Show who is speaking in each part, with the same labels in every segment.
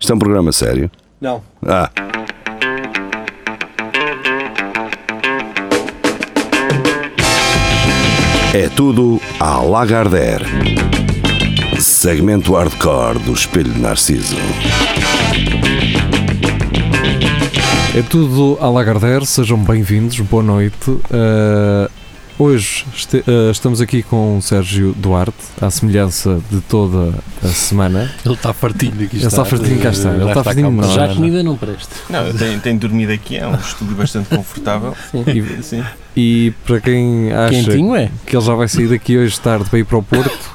Speaker 1: Isto é um programa sério.
Speaker 2: Não.
Speaker 1: Ah, é tudo à Lagardère. Segmento hardcore do Espelho de Narciso.
Speaker 3: É tudo à Lagardère, sejam bem-vindos, boa noite. Uh, hoje este- uh, estamos aqui com o Sérgio Duarte, à semelhança de toda a semana.
Speaker 4: Ele está fartinho daqui.
Speaker 3: Ele está fartinho, cá está. Ele está fartinho,
Speaker 4: calmo.
Speaker 3: não,
Speaker 4: Já
Speaker 3: não,
Speaker 4: a comida não presta.
Speaker 5: Não, eu tenho, tenho dormido aqui, é um estúdio bastante confortável.
Speaker 3: E,
Speaker 5: Sim.
Speaker 3: e para quem acha
Speaker 4: Quentinho é?
Speaker 3: que ele já vai sair daqui hoje tarde para ir para o Porto,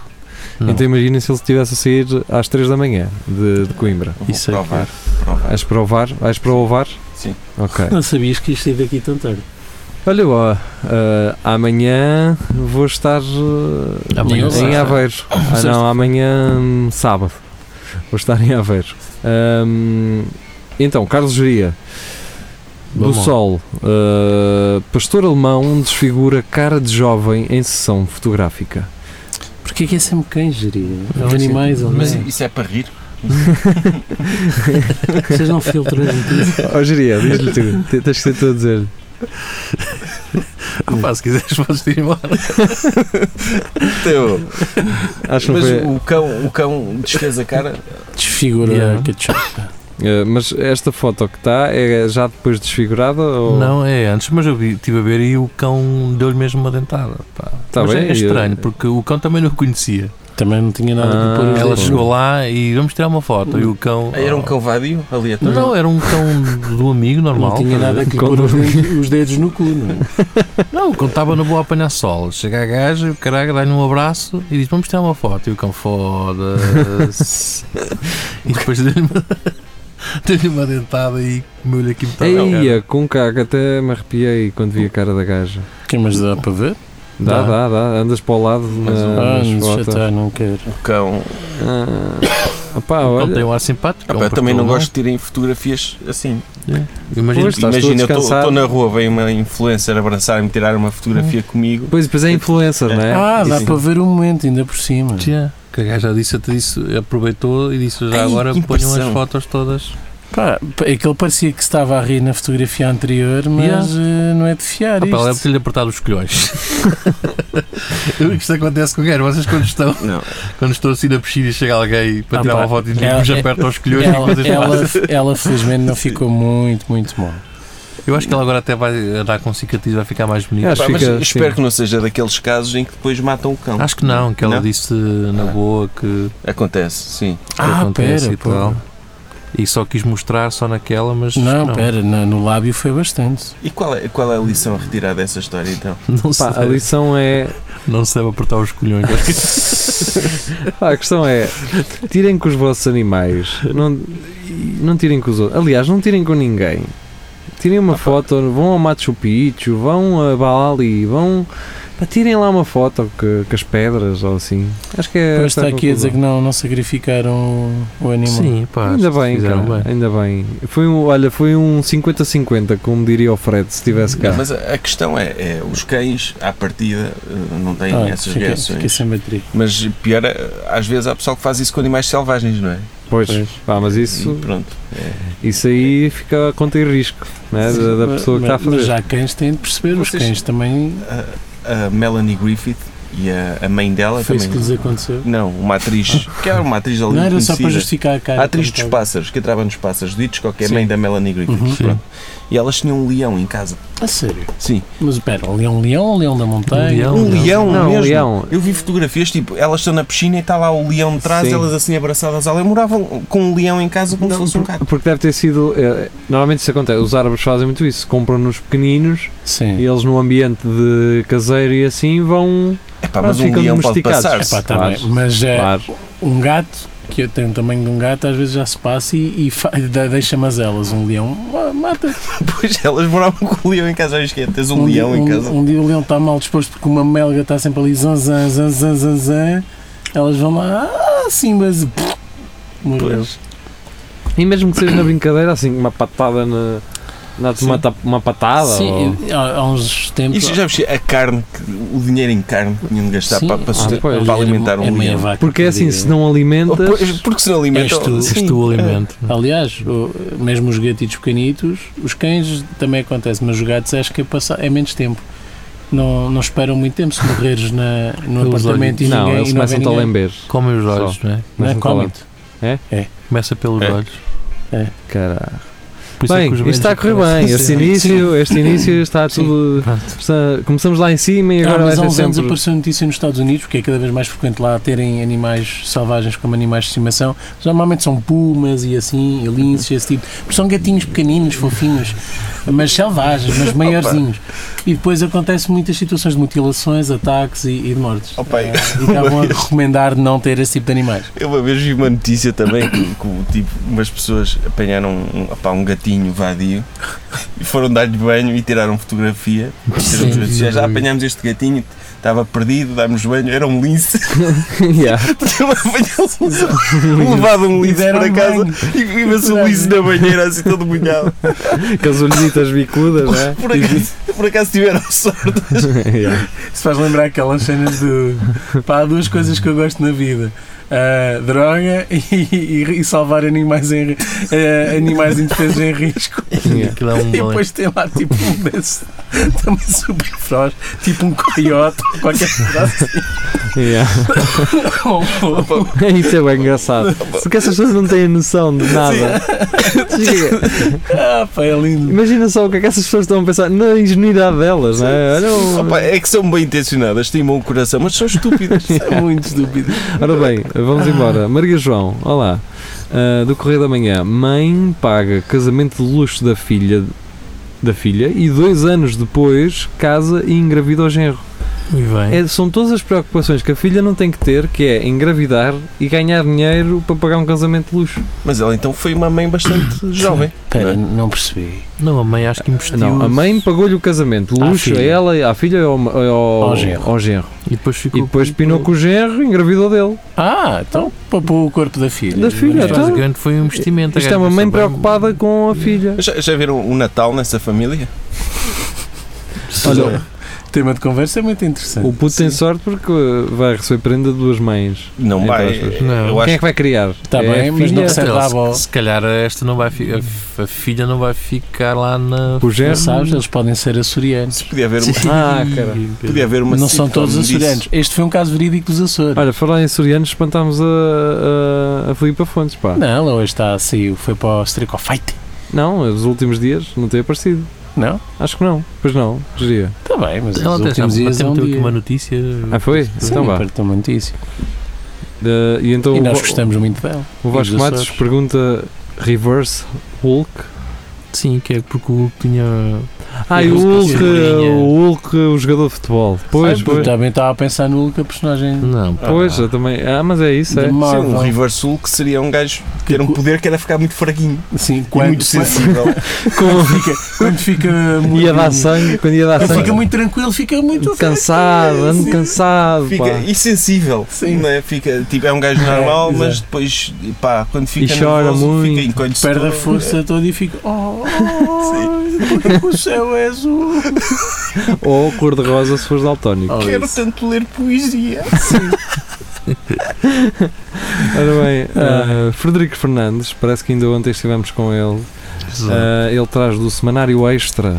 Speaker 4: Não.
Speaker 3: então imaginem se ele estivesse a sair às 3 da manhã de, de Coimbra.
Speaker 5: Vou
Speaker 4: Isso é
Speaker 5: provar. provar.
Speaker 3: Vais para o VAR? Vais para o VAR?
Speaker 5: Sim.
Speaker 3: Ok.
Speaker 4: Não sabias que isto sair daqui tão tarde.
Speaker 3: Olha, ó, ah, amanhã vou estar ah,
Speaker 4: Amanhã
Speaker 3: em
Speaker 4: vai.
Speaker 3: Aveiro. Ah, não, amanhã hum, sábado. Vou estar em Aveiro. Ahm, então, Carlos Geria. Do
Speaker 4: Vamos lá.
Speaker 3: Sol, ah, pastor alemão desfigura cara de jovem em sessão fotográfica.
Speaker 4: Porquê que é sempre quem geria? Os
Speaker 3: sei.
Speaker 4: animais ou não?
Speaker 5: Mas isso é para rir?
Speaker 4: Vocês não filtram as notícias.
Speaker 3: Ó Geria, diz-lhe tu, te- tens que ser tu a dizer.
Speaker 4: Pá, se quiseres, podes ir embora.
Speaker 5: Teu.
Speaker 3: Acho que não
Speaker 5: Mas
Speaker 3: foi.
Speaker 5: o cão, o cão desfez a cara.
Speaker 4: Desfigura
Speaker 3: Yeah.
Speaker 4: a cachoeira.
Speaker 3: Ah, mas esta foto que está é já depois desfigurada? Ou...
Speaker 6: Não, é antes, mas eu vi- estive a ver e o cão deu-lhe mesmo uma dentada. Pá.
Speaker 3: Tá
Speaker 6: mas é-
Speaker 3: bem,
Speaker 6: é estranho,
Speaker 3: eu-
Speaker 6: porque o cão também não o conhecia.
Speaker 4: Também não tinha nada
Speaker 3: Ah,
Speaker 4: para pôr os
Speaker 6: Ela
Speaker 4: dedos.
Speaker 6: chegou lá e vamos tirar uma foto. E o cão.
Speaker 5: Era um cão vadio,
Speaker 6: Não,
Speaker 5: aleatório.
Speaker 6: não, era um cão do amigo normal.
Speaker 4: Não tinha nada que lhe
Speaker 3: Quando-
Speaker 4: pôr os dedos, os dedos no cu, não é?
Speaker 6: Não, o cão estava na boa a apanhar sol. Chega a gaja, o caralho dá-lhe um abraço e diz: Vamos tirar uma foto. E o cão foda-se. e depois deu-lhe uma, deu uma dentada e comeu-lhe aqui metade.
Speaker 3: Eia, com caga, até me arrepiei quando vi a cara da gaja.
Speaker 4: Quem mais dá para ver?
Speaker 3: Dá,
Speaker 6: Dá.
Speaker 3: dá, dá. Andas para o lado
Speaker 5: Mas
Speaker 3: na-
Speaker 4: Ah,
Speaker 3: nas
Speaker 4: não
Speaker 3: fotos.
Speaker 4: chatear, não quero.
Speaker 5: O cão.
Speaker 3: Ah, opá,
Speaker 6: O cão tem
Speaker 3: olha,
Speaker 6: um ar simpático.
Speaker 5: Ah,
Speaker 6: é um
Speaker 5: pá, eu também não
Speaker 6: pastor,
Speaker 5: gosto de tirem fotografias assim.
Speaker 6: Imagina
Speaker 3: Pois, estás tu a
Speaker 5: Imagina, eu
Speaker 3: descansar.
Speaker 5: estou na rua, vem uma influencer abraçar-me, tirar uma fotografia comigo.
Speaker 3: pois, pois é influencer, não é?
Speaker 4: Ah,
Speaker 5: Isso
Speaker 4: dá
Speaker 5: sim.
Speaker 4: para ver o momento, ainda por cima.
Speaker 6: Tinha. Que a gaja disse, até disse, aproveitou e disse já
Speaker 5: Ai,
Speaker 6: agora
Speaker 5: que
Speaker 6: ponham as
Speaker 5: impressão.
Speaker 6: fotos todas.
Speaker 4: Pá, é que ele parecia que estava a rir na fotografia anterior, mas
Speaker 6: Yeah.
Speaker 4: eh, não é de fiar
Speaker 6: Ah, pá,
Speaker 4: isto.
Speaker 6: leva lhe apertar os colhões. Isto acontece com o gajo. Vocês quando estão,
Speaker 5: Não.
Speaker 6: quando estão assim na piscina e chega alguém para
Speaker 4: Ah,
Speaker 6: tirar
Speaker 4: pá,
Speaker 6: uma foto e
Speaker 4: ela-
Speaker 6: nos aperta os colhões e
Speaker 4: Ela,
Speaker 6: coisas
Speaker 4: ela-
Speaker 6: fazem.
Speaker 4: ela, felizmente não ficou muito, muito mal.
Speaker 6: Eu acho que ela agora até vai andar com cicatriz, vai ficar mais bonita.
Speaker 3: Acho
Speaker 5: Pá, mas
Speaker 3: fica assim.
Speaker 5: espero que não seja daqueles casos em que depois matam o cão.
Speaker 6: Acho que não, que ela
Speaker 5: Não?
Speaker 6: disse na
Speaker 5: Ah.
Speaker 6: boa que,
Speaker 5: Acontece, sim.
Speaker 6: que
Speaker 4: Ah,
Speaker 6: acontece
Speaker 4: pera,
Speaker 6: e
Speaker 4: pô.
Speaker 6: tal. E só quis mostrar só naquela, mas
Speaker 4: Não, pera, na- no lábio foi bastante.
Speaker 5: E qual é, qual é a lição a retirar dessa história então?
Speaker 6: não, se
Speaker 3: Pá, a
Speaker 6: deve,
Speaker 3: lição é.
Speaker 6: não se deve apertar os colhões.
Speaker 3: Pá, a questão é: tirem com os vossos animais, não, não tirem com os outros. Aliás, não tirem com ninguém. Tirem uma foto, vão ao Machu Picchu, vão a Bali, vão. Pá, tirem lá uma foto que- com as pedras ou assim. Acho que é.
Speaker 4: Depois
Speaker 3: esta
Speaker 4: está aqui a dizer
Speaker 3: conclusão.
Speaker 4: que não, não sacrificaram o animal.
Speaker 6: Sim, pá,
Speaker 3: Ainda
Speaker 6: acho que
Speaker 3: bem,
Speaker 6: fizeram
Speaker 3: cara, ainda bem. Foi um, olha, foi um 50-50, como diria o Fred, se estivesse cá.
Speaker 5: Não, mas a, a questão é, é, os cães, à partida, eh, não têm
Speaker 4: Ah,
Speaker 5: essas
Speaker 4: fiquei,
Speaker 5: reações.
Speaker 4: fiquei sem bateria.
Speaker 5: Mas pior, é, às vezes há pessoal que faz isso com animais selvagens, não é?
Speaker 3: pois, pá, mas isso,
Speaker 5: E pronto.
Speaker 3: isso aí fica a conta e risco né, da, da pessoa que está a
Speaker 4: mas, mas
Speaker 5: é
Speaker 3: fazer.
Speaker 4: já cães têm de perceber, os
Speaker 5: Vocês-
Speaker 4: cães também
Speaker 5: A, a Melanie Griffith e a, a mãe dela
Speaker 4: foi isso que
Speaker 5: também.
Speaker 4: lhes aconteceu.
Speaker 5: Não, uma atriz. que era uma atriz ali
Speaker 4: Não era só para
Speaker 5: conhecida.
Speaker 4: justificar a cara.
Speaker 5: A atriz dos
Speaker 4: como
Speaker 5: pássaros, que entrava nos pássaros do Hitchcock, é a
Speaker 4: Sim.
Speaker 5: mãe da Melanie Griffith.
Speaker 4: Uhum.
Speaker 5: pronto. E elas tinham um leão em casa.
Speaker 4: estava. A sério.
Speaker 5: Sim.
Speaker 4: Mas pera, um leão, um leão, um leão da montanha.
Speaker 6: leão.
Speaker 5: Um leão
Speaker 3: Não,
Speaker 5: mesmo.
Speaker 3: leão.
Speaker 5: Eu vi fotografias, tipo, elas estão na piscina e está lá o leão de trás,
Speaker 3: Sim.
Speaker 5: elas assim abraçadas ao leão. Moravam com um leão em casa como se fosse um gato.
Speaker 3: Porque deve ter sido. eh, Normalmente isso acontece. Os árabes fazem muito isso. Compram nos pequeninos e
Speaker 4: Sim.
Speaker 3: eles, no ambiente de caseiro e assim, vão.
Speaker 5: Epá,
Speaker 3: Pronto,
Speaker 5: mas um
Speaker 3: ficam
Speaker 5: leão pode
Speaker 3: domesticados.
Speaker 5: passar-se.
Speaker 4: Epá, tá
Speaker 3: claro.
Speaker 4: bem, Mas é,
Speaker 3: Claro.
Speaker 4: um gato, que eu tenho o tamanho de um gato, às vezes já se passa e, e fa- da- deixa-me as elas. Um leão ma- mata.
Speaker 5: Pois elas moravam com o leão em casa, acho que é. Tens um, leão
Speaker 4: dia,
Speaker 5: em casa.
Speaker 4: Um, dia o leão está mal disposto porque uma melga está sempre ali zanzan, zanzan, zanzan. Elas vão lá, ah, sim, mas. pff, Morreu.
Speaker 3: E mesmo que seja na brincadeira, assim, uma patada na. na
Speaker 4: Sim.
Speaker 3: Ah, uma, ta- uma patada. ou-
Speaker 4: Sim, há, há uns tempo.
Speaker 5: Isto já mexia a carne, que- o dinheiro em carne que tinham de gastar
Speaker 4: Sim.
Speaker 5: para, para,
Speaker 4: Ah,
Speaker 5: susten-
Speaker 3: pois.
Speaker 5: para alimentar
Speaker 4: é
Speaker 5: um
Speaker 4: meia
Speaker 5: leão. Oh,
Speaker 4: vaca
Speaker 3: Porque é assim,
Speaker 4: perdida.
Speaker 3: se não alimentas.
Speaker 5: Pois, Porque se não
Speaker 3: Então,
Speaker 5: alimentam.
Speaker 4: És tu.
Speaker 5: Sim,
Speaker 6: És tu o
Speaker 5: é.
Speaker 6: alimento.
Speaker 4: Aliás, o- mesmo os gatitos pequenitos, os cães também acontece, mas os gatos acho que é, passa- é menos tempo. Não, não esperam muito tempo se morreres na, no
Speaker 6: Pelos
Speaker 4: apartamento e
Speaker 6: olhos.
Speaker 4: ninguém
Speaker 3: Não,
Speaker 4: e
Speaker 3: eles
Speaker 4: não
Speaker 3: começam-te a
Speaker 4: ninguém,
Speaker 3: lamber.
Speaker 6: Comem os olhos, não é?
Speaker 4: não é?
Speaker 3: começam-te a
Speaker 4: Come it.
Speaker 6: Começa pelos
Speaker 5: É.
Speaker 6: olhos.
Speaker 3: Caralho.
Speaker 6: Por isso é
Speaker 3: Bem,
Speaker 6: que os
Speaker 3: isto
Speaker 6: velhos
Speaker 3: está a correr bem.
Speaker 6: aparecem
Speaker 3: Este
Speaker 6: sempre.
Speaker 3: início, este início está
Speaker 4: Sim.
Speaker 3: tudo.
Speaker 6: Pronto.
Speaker 3: está- Começamos lá em cima e
Speaker 4: Ah,
Speaker 3: agora vai
Speaker 4: mas há
Speaker 3: ser
Speaker 4: uns anos
Speaker 3: sempre.
Speaker 4: apareceu notícia nos Estados Unidos, porque é cada vez mais frequente lá terem animais selvagens como animais de estimação. Mas Normalmente são pumas e assim, e linces, esse tipo. Porque são gatinhos pequeninos, fofinhos, mas selvagens, mas maiorzinhos. E depois acontecem muitas situações de mutilações, ataques e, e de mortes.
Speaker 5: Opa,
Speaker 4: Eh, e estavam a recomendar não ter esse tipo de animais.
Speaker 5: Eu uma vez vi uma notícia também que, que o tipo, umas pessoas apanharam um, opá, um gatinho vadio e foram dar-lhe banho e tiraram fotografia.
Speaker 4: Sim.
Speaker 5: Já, já apanhámos este gatinho, estava perdido, dá-nos banho, era um lince.
Speaker 3: Yeah.
Speaker 5: Tinham apanhado- levado um
Speaker 4: E
Speaker 5: lince
Speaker 4: deram
Speaker 5: para casa
Speaker 4: banho.
Speaker 5: e viveu-se um lince na banheira assim todo molhado.
Speaker 3: Com as olhitas bicudas, não é?
Speaker 5: Por acaso, por acaso tiveram sorte.
Speaker 3: Yeah.
Speaker 4: Isso faz lembrar aquelas cenas do. Pá, há duas coisas que eu gosto na vida: Ah, droga e, e- e salvar animais, em, ri- ah, animais indefesos em risco.
Speaker 3: Yeah.
Speaker 6: Aquilo é um
Speaker 4: E
Speaker 6: bom.
Speaker 4: depois tem lá tipo um desse, também super feroz, tipo um coiote, qualquer pedaço.
Speaker 3: Yeah. Isso é bem engraçado. Porque essas pessoas não têm noção de nada. Chega.
Speaker 4: Ah, pá, é lindo.
Speaker 3: Imagina só o que é que essas pessoas estão a pensar na ingenuidade delas, não é? Olha o-
Speaker 5: Opa, é que são bem intencionadas, estimam o coração, mas são estúpidas.
Speaker 4: É muito estúpido.
Speaker 3: Ora bem, vamos embora. Maria João, olá. Ah, do Correio da Manhã. Mãe paga casamento de luxo da filha da filha e dois anos depois casa e engravida ao genro.
Speaker 6: Muito bem.
Speaker 3: É, são todas as preocupações que a filha não tem que ter, que é engravidar e ganhar dinheiro para pagar um casamento de luxo.
Speaker 5: Mas ela então foi uma mãe bastante jovem.
Speaker 4: Pera, não percebi.
Speaker 6: Não, a mãe acho que investiu.
Speaker 3: É. Não, a mãe pagou-lhe o Ah, casamento, de
Speaker 6: À
Speaker 3: luxo a
Speaker 6: filha.
Speaker 3: ela, e à filha e ao, ao,
Speaker 4: Ao genro.
Speaker 3: ao genro.
Speaker 6: E depois ficou.
Speaker 3: E depois pinou com o genro e engravidou dele.
Speaker 4: Ah, então para pôr o corpo da filha.
Speaker 3: Da filha,
Speaker 4: Bonito.
Speaker 3: então.
Speaker 6: Basicamente foi um investimento. a
Speaker 3: Isto é
Speaker 6: gaja
Speaker 3: uma mãe
Speaker 6: pensou, bem,
Speaker 3: preocupada com a filha.
Speaker 5: Já, já viram o Natal nessa família?
Speaker 3: Olha,
Speaker 4: O tema de conversa é muito interessante.
Speaker 3: O puto tem sorte porque uh, vai receber prenda de duas mães.
Speaker 4: Então,
Speaker 5: Não
Speaker 3: Entre
Speaker 5: vai.
Speaker 3: aspas.
Speaker 6: Não.
Speaker 5: Eu
Speaker 3: Quem é
Speaker 5: acho
Speaker 3: que vai criar?
Speaker 4: Tá
Speaker 3: é
Speaker 4: bem,
Speaker 3: a
Speaker 4: mas não
Speaker 3: filha?
Speaker 4: sei.
Speaker 6: Se,
Speaker 4: Será a avó?
Speaker 6: calhar- se calhar esta não vai fi- a, a filha não vai ficar lá na.
Speaker 3: O genro?
Speaker 4: Não sabes, eles podem ser açorianos.
Speaker 5: que podia haver uma,
Speaker 3: Ah, cara.
Speaker 5: podia haver uma
Speaker 4: não são
Speaker 5: sitcom
Speaker 4: todos
Speaker 5: disso.
Speaker 4: açorianos. Este foi um caso verídico dos Açores.
Speaker 3: Olha, falar em sorianos, espantámos a, a, a Filipa Fontes,
Speaker 6: Ah.
Speaker 3: pá.
Speaker 4: não, ela hoje está a sair, foi para o Street of Fight.
Speaker 3: Não, os últimos dias não tem aparecido.
Speaker 4: Não?
Speaker 3: Acho que não. Pois não, geria.
Speaker 4: Está bem, mas
Speaker 6: Ela
Speaker 4: os
Speaker 6: até já
Speaker 4: últimos dias
Speaker 6: até
Speaker 4: é um
Speaker 6: meteu aqui
Speaker 4: dia.
Speaker 6: uma notícia.
Speaker 3: Ah, foi? então
Speaker 4: Sim,
Speaker 3: vá.
Speaker 4: partiu uma notícia.
Speaker 3: Uh, e então
Speaker 4: E
Speaker 3: o,
Speaker 4: nós
Speaker 3: Vo-
Speaker 4: gostamos muito dela.
Speaker 3: o Vasco
Speaker 4: e dos
Speaker 3: Matos
Speaker 4: Açores.
Speaker 3: pergunta Reverse Hulk.
Speaker 6: Sim, que é porque o Hulk tinha.
Speaker 3: Ah, e o Hulk,
Speaker 6: Hulk,
Speaker 3: o Hulk, o jogador de futebol. Pois,
Speaker 4: Ah,
Speaker 3: pois.
Speaker 4: Também estava a pensar no Hulk, a
Speaker 5: Hum.
Speaker 4: personagem
Speaker 6: Não, pá.
Speaker 3: Pois, eu também. Ah, mas é isso,
Speaker 4: da
Speaker 3: é.
Speaker 5: Sim, um
Speaker 4: Marvel.
Speaker 5: River Sul que seria um gajo ter um
Speaker 4: cu-
Speaker 5: poder que era ficar muito fraguinho
Speaker 4: Sim,
Speaker 5: e
Speaker 4: quando,
Speaker 5: muito sensível.
Speaker 4: quando fica, quando fica muito.
Speaker 3: Ia dar sangue, quando ia dar
Speaker 4: Quando
Speaker 3: sangue.
Speaker 4: fica muito assim. tranquilo, fica muito.
Speaker 3: cansado, ando
Speaker 4: Sim.
Speaker 3: cansado.
Speaker 5: Fica
Speaker 3: pá.
Speaker 5: insensível.
Speaker 4: Sim.
Speaker 5: não é? Fica, tipo, é um gajo normal,
Speaker 4: É,
Speaker 5: mas
Speaker 4: exato.
Speaker 5: depois, pá, quando fica
Speaker 3: E chora
Speaker 5: nervoso,
Speaker 3: muito.
Speaker 5: fica encolhe-se
Speaker 4: Perde a
Speaker 5: todo.
Speaker 4: força toda e fica. Oh, porque o céu é azul.
Speaker 3: Ou cor-de-rosa se fores daltónico.
Speaker 4: Oh,
Speaker 5: Quero
Speaker 4: isso.
Speaker 5: tanto ler poesia.
Speaker 3: Ora bem, ah, Frederico Fernandes, parece que ainda ontem estivemos com ele. Ah, ele traz do semanário extra.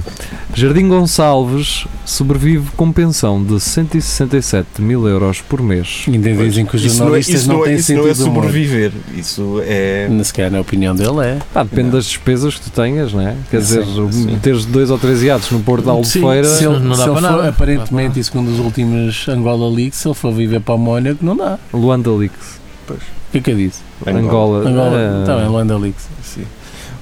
Speaker 3: Jardim Gonçalves sobrevive com pensão de 167 mil euros por mês.
Speaker 4: Ainda dizem que os
Speaker 5: Isso não é,
Speaker 4: jornalistas
Speaker 5: isso
Speaker 4: não
Speaker 5: não é,
Speaker 4: têm
Speaker 5: isso não é
Speaker 4: sentido de humor.
Speaker 5: sobreviver. Isso é.
Speaker 4: Na- Se calhar, na opinião dele, é.
Speaker 3: Pá, depende
Speaker 5: Não.
Speaker 3: das despesas que tu tenhas, não é? Quer
Speaker 4: Sim,
Speaker 3: dizer, o-
Speaker 5: sim.
Speaker 3: teres dois ou três iados no Porto de
Speaker 4: Sim,
Speaker 3: Albufeira.
Speaker 4: se ele,
Speaker 6: não dá
Speaker 4: se ele
Speaker 6: para
Speaker 4: for,
Speaker 6: nada. Não dá para
Speaker 4: aparentemente,
Speaker 6: nada.
Speaker 4: e segundo os últimos Angola League, se ele for viver para o Mónaco, não dá.
Speaker 3: Luanda Leaks,
Speaker 4: O que é que eu disse?
Speaker 3: Angola.
Speaker 4: Angola,
Speaker 3: ah,
Speaker 4: então, é Luanda Leaks.
Speaker 5: Sim.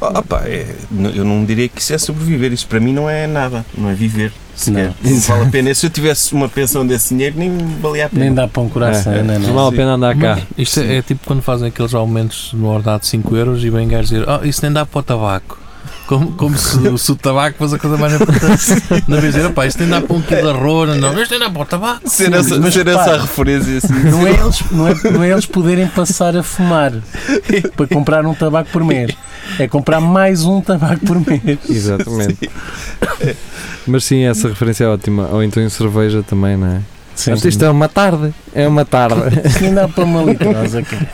Speaker 5: Oh, opá, é, n- eu não diria que isso é sobreviver. Isso para mim não é nada. Não é viver. sequer. Não, vale a pena. Se eu tivesse uma pensão desse dinheiro, nem valia a
Speaker 4: Nem
Speaker 5: pena.
Speaker 4: dá para um coração,
Speaker 3: É,
Speaker 4: não é?
Speaker 3: não
Speaker 4: não é?
Speaker 3: vale a pena andar cá.
Speaker 6: Isto é, é tipo quando fazem aqueles aumentos no ordenado de 5 euros e vem gajo dizer: Oh, isso nem dá para o tabaco. Como, como se, o- se o tabaco fosse a coisa mais importante. Na vez de dizer, opá, isto nem dá para um quilo de arroz, não, isto nem dá para o tabaco.
Speaker 5: Ser essa,
Speaker 4: mas
Speaker 5: ser
Speaker 4: repara.
Speaker 5: essa a referência assim.
Speaker 4: Não é, eles, não, é, não é eles poderem passar a fumar para comprar um tabaco por mês. É comprar mais um tabaco por mês.
Speaker 3: Exatamente. Mas sim, essa referência é ótima. Ou então em cerveja também, não é?
Speaker 4: Sim.
Speaker 3: Portanto, Isto é uma tarde. É uma tarde.
Speaker 4: Isto nem dá para uma litrosa, cara.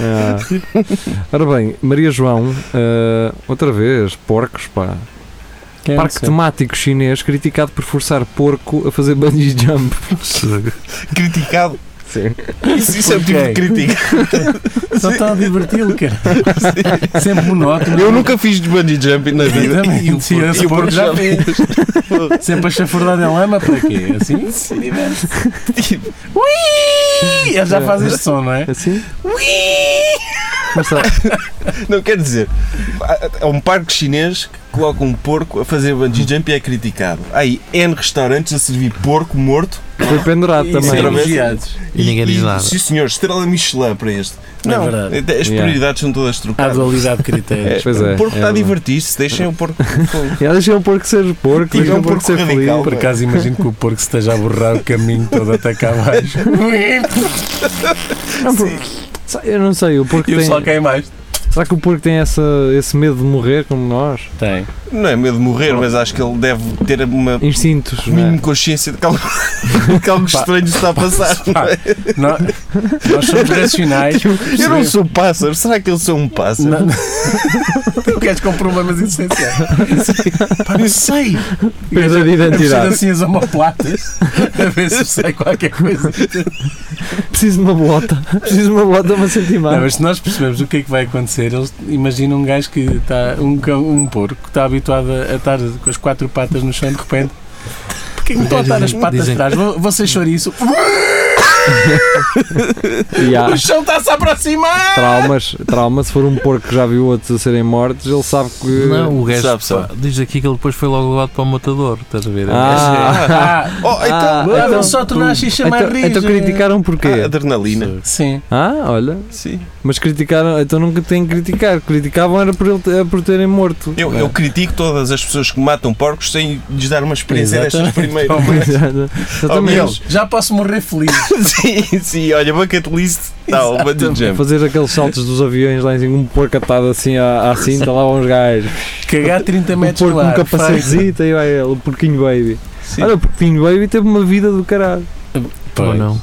Speaker 3: Ah. Ora bem, Maria João, ah, outra vez, porcos, pá.
Speaker 4: Quem
Speaker 3: Parque
Speaker 4: sabe?
Speaker 3: temático chinês criticado por forçar porco a fazer bungee jump.
Speaker 5: Criticado.
Speaker 3: Sim.
Speaker 5: Isso, isso é um tipo de crítica.
Speaker 4: Só está a diverti-lo, cara. Sempre monótono.
Speaker 5: Eu nunca fiz de bungee jumping na vida.
Speaker 4: Exatamente. Sim, esse
Speaker 5: e o
Speaker 4: porco já
Speaker 5: porco
Speaker 4: fez. Sempre a chafurdar em lama, para quê? Assim? Sim, Ui! Ele já faz este som, não é?
Speaker 3: Assim?
Speaker 4: Ui!
Speaker 3: Mas tá,
Speaker 5: Não quer dizer. É um parque chinês que coloca um porco a fazer bungee jump e é criticado. Há Aí, N restaurantes a servir porco morto.
Speaker 3: foi pendurado
Speaker 4: E são
Speaker 5: outra
Speaker 3: também.
Speaker 5: vez.
Speaker 4: elogiados.
Speaker 6: E ninguém diz nada.
Speaker 5: Sim, senhor, estrela Michelin para este.
Speaker 4: Não,
Speaker 5: Não,
Speaker 4: é verdade.
Speaker 5: as
Speaker 3: Yeah.
Speaker 5: prioridades são todas
Speaker 4: Há
Speaker 5: trocadas.
Speaker 4: dualidade de critérios.
Speaker 3: Pois
Speaker 5: o
Speaker 3: é,
Speaker 5: porco
Speaker 3: é
Speaker 5: está a
Speaker 3: verdade.
Speaker 5: divertir-se, deixem o porco.
Speaker 3: E Elas iam porco ser porco,
Speaker 5: Sim, é
Speaker 3: deixam
Speaker 5: um
Speaker 3: o porco
Speaker 5: porco
Speaker 3: ser feliz.
Speaker 5: radical.
Speaker 4: Por acaso imagino que o porco esteja a borrar o caminho todo até cá abaixo.
Speaker 3: Não, porque- Sa- Eu não sei, o porco
Speaker 4: E o
Speaker 3: tem.
Speaker 4: sol cai mais.
Speaker 3: Será que o porco tem essa, esse medo de morrer como nós?
Speaker 4: Tem.
Speaker 5: Não é medo de morrer, mas acho que ele deve ter uma
Speaker 3: Instintos, não
Speaker 5: mínima
Speaker 3: é?
Speaker 5: consciência de que algo, que algo estranho está a passar. é?
Speaker 4: Pá, nó- nós somos racionais.
Speaker 5: Eu não sou pássaro, será que eu sou um pássaro?
Speaker 4: Não- Tu queres com problemas essenciais. Pá, não sei.
Speaker 3: Perda de
Speaker 4: É preciso
Speaker 3: identidade.
Speaker 4: assim as homoplatas a ver se sai qualquer coisa.
Speaker 3: Preciso de uma bolota. Preciso de uma bolota para sentir
Speaker 4: Não,
Speaker 3: mal.
Speaker 4: mas se nós percebemos o que é que vai acontecer, eles imaginam um gajo que está, um, cão, um porco, que está habituado a, a estar com as quatro patas no chão de repente. Porquê que me estão a estar as patas
Speaker 6: Dizem-
Speaker 4: atrás? Vou- Vocês chouriço.
Speaker 3: E há
Speaker 4: O chão está-se a aproximar!
Speaker 3: traumas. Trauma, se for um porco que já viu outros a serem mortos, ele sabe que.
Speaker 6: Não, o gajo
Speaker 5: Sabe, sabe.
Speaker 6: pá, diz aqui que ele depois foi logo levado para o matador, estás a ver?
Speaker 3: Ah,
Speaker 4: Ah,
Speaker 5: Oh, então,
Speaker 3: Ah,
Speaker 4: então, só tu não achas chamar
Speaker 3: então, então
Speaker 4: rija.
Speaker 3: criticaram porquê?
Speaker 6: É,
Speaker 5: adrenalina.
Speaker 4: Sim.
Speaker 3: Ah, olha.
Speaker 5: Sim.
Speaker 3: Mas criticaram, então nunca têm que criticar. Criticavam era por, ele, é por terem morto. é?
Speaker 5: Eu, eu critico todas as pessoas que matam porcos sem lhes dar uma experiência destas
Speaker 4: Exatamente.
Speaker 5: primeiro.
Speaker 3: Exato. Exatamente.
Speaker 5: menos.
Speaker 4: Já posso morrer feliz.
Speaker 5: sim, sim, olha, bucket list. Tá, o bungee jump.
Speaker 3: Fazer aqueles saltos dos aviões lá em cima, um porco atado assim à, à cinta, lá vão os gajos.
Speaker 4: Cagar 30
Speaker 3: O
Speaker 4: metros
Speaker 3: porco
Speaker 4: no ar.
Speaker 3: nunca passou
Speaker 4: feito.
Speaker 3: visita e vai ele, o porquinho baby.
Speaker 5: Sim.
Speaker 3: Olha, o porquinho baby teve uma vida do caralho.
Speaker 6: Ou não?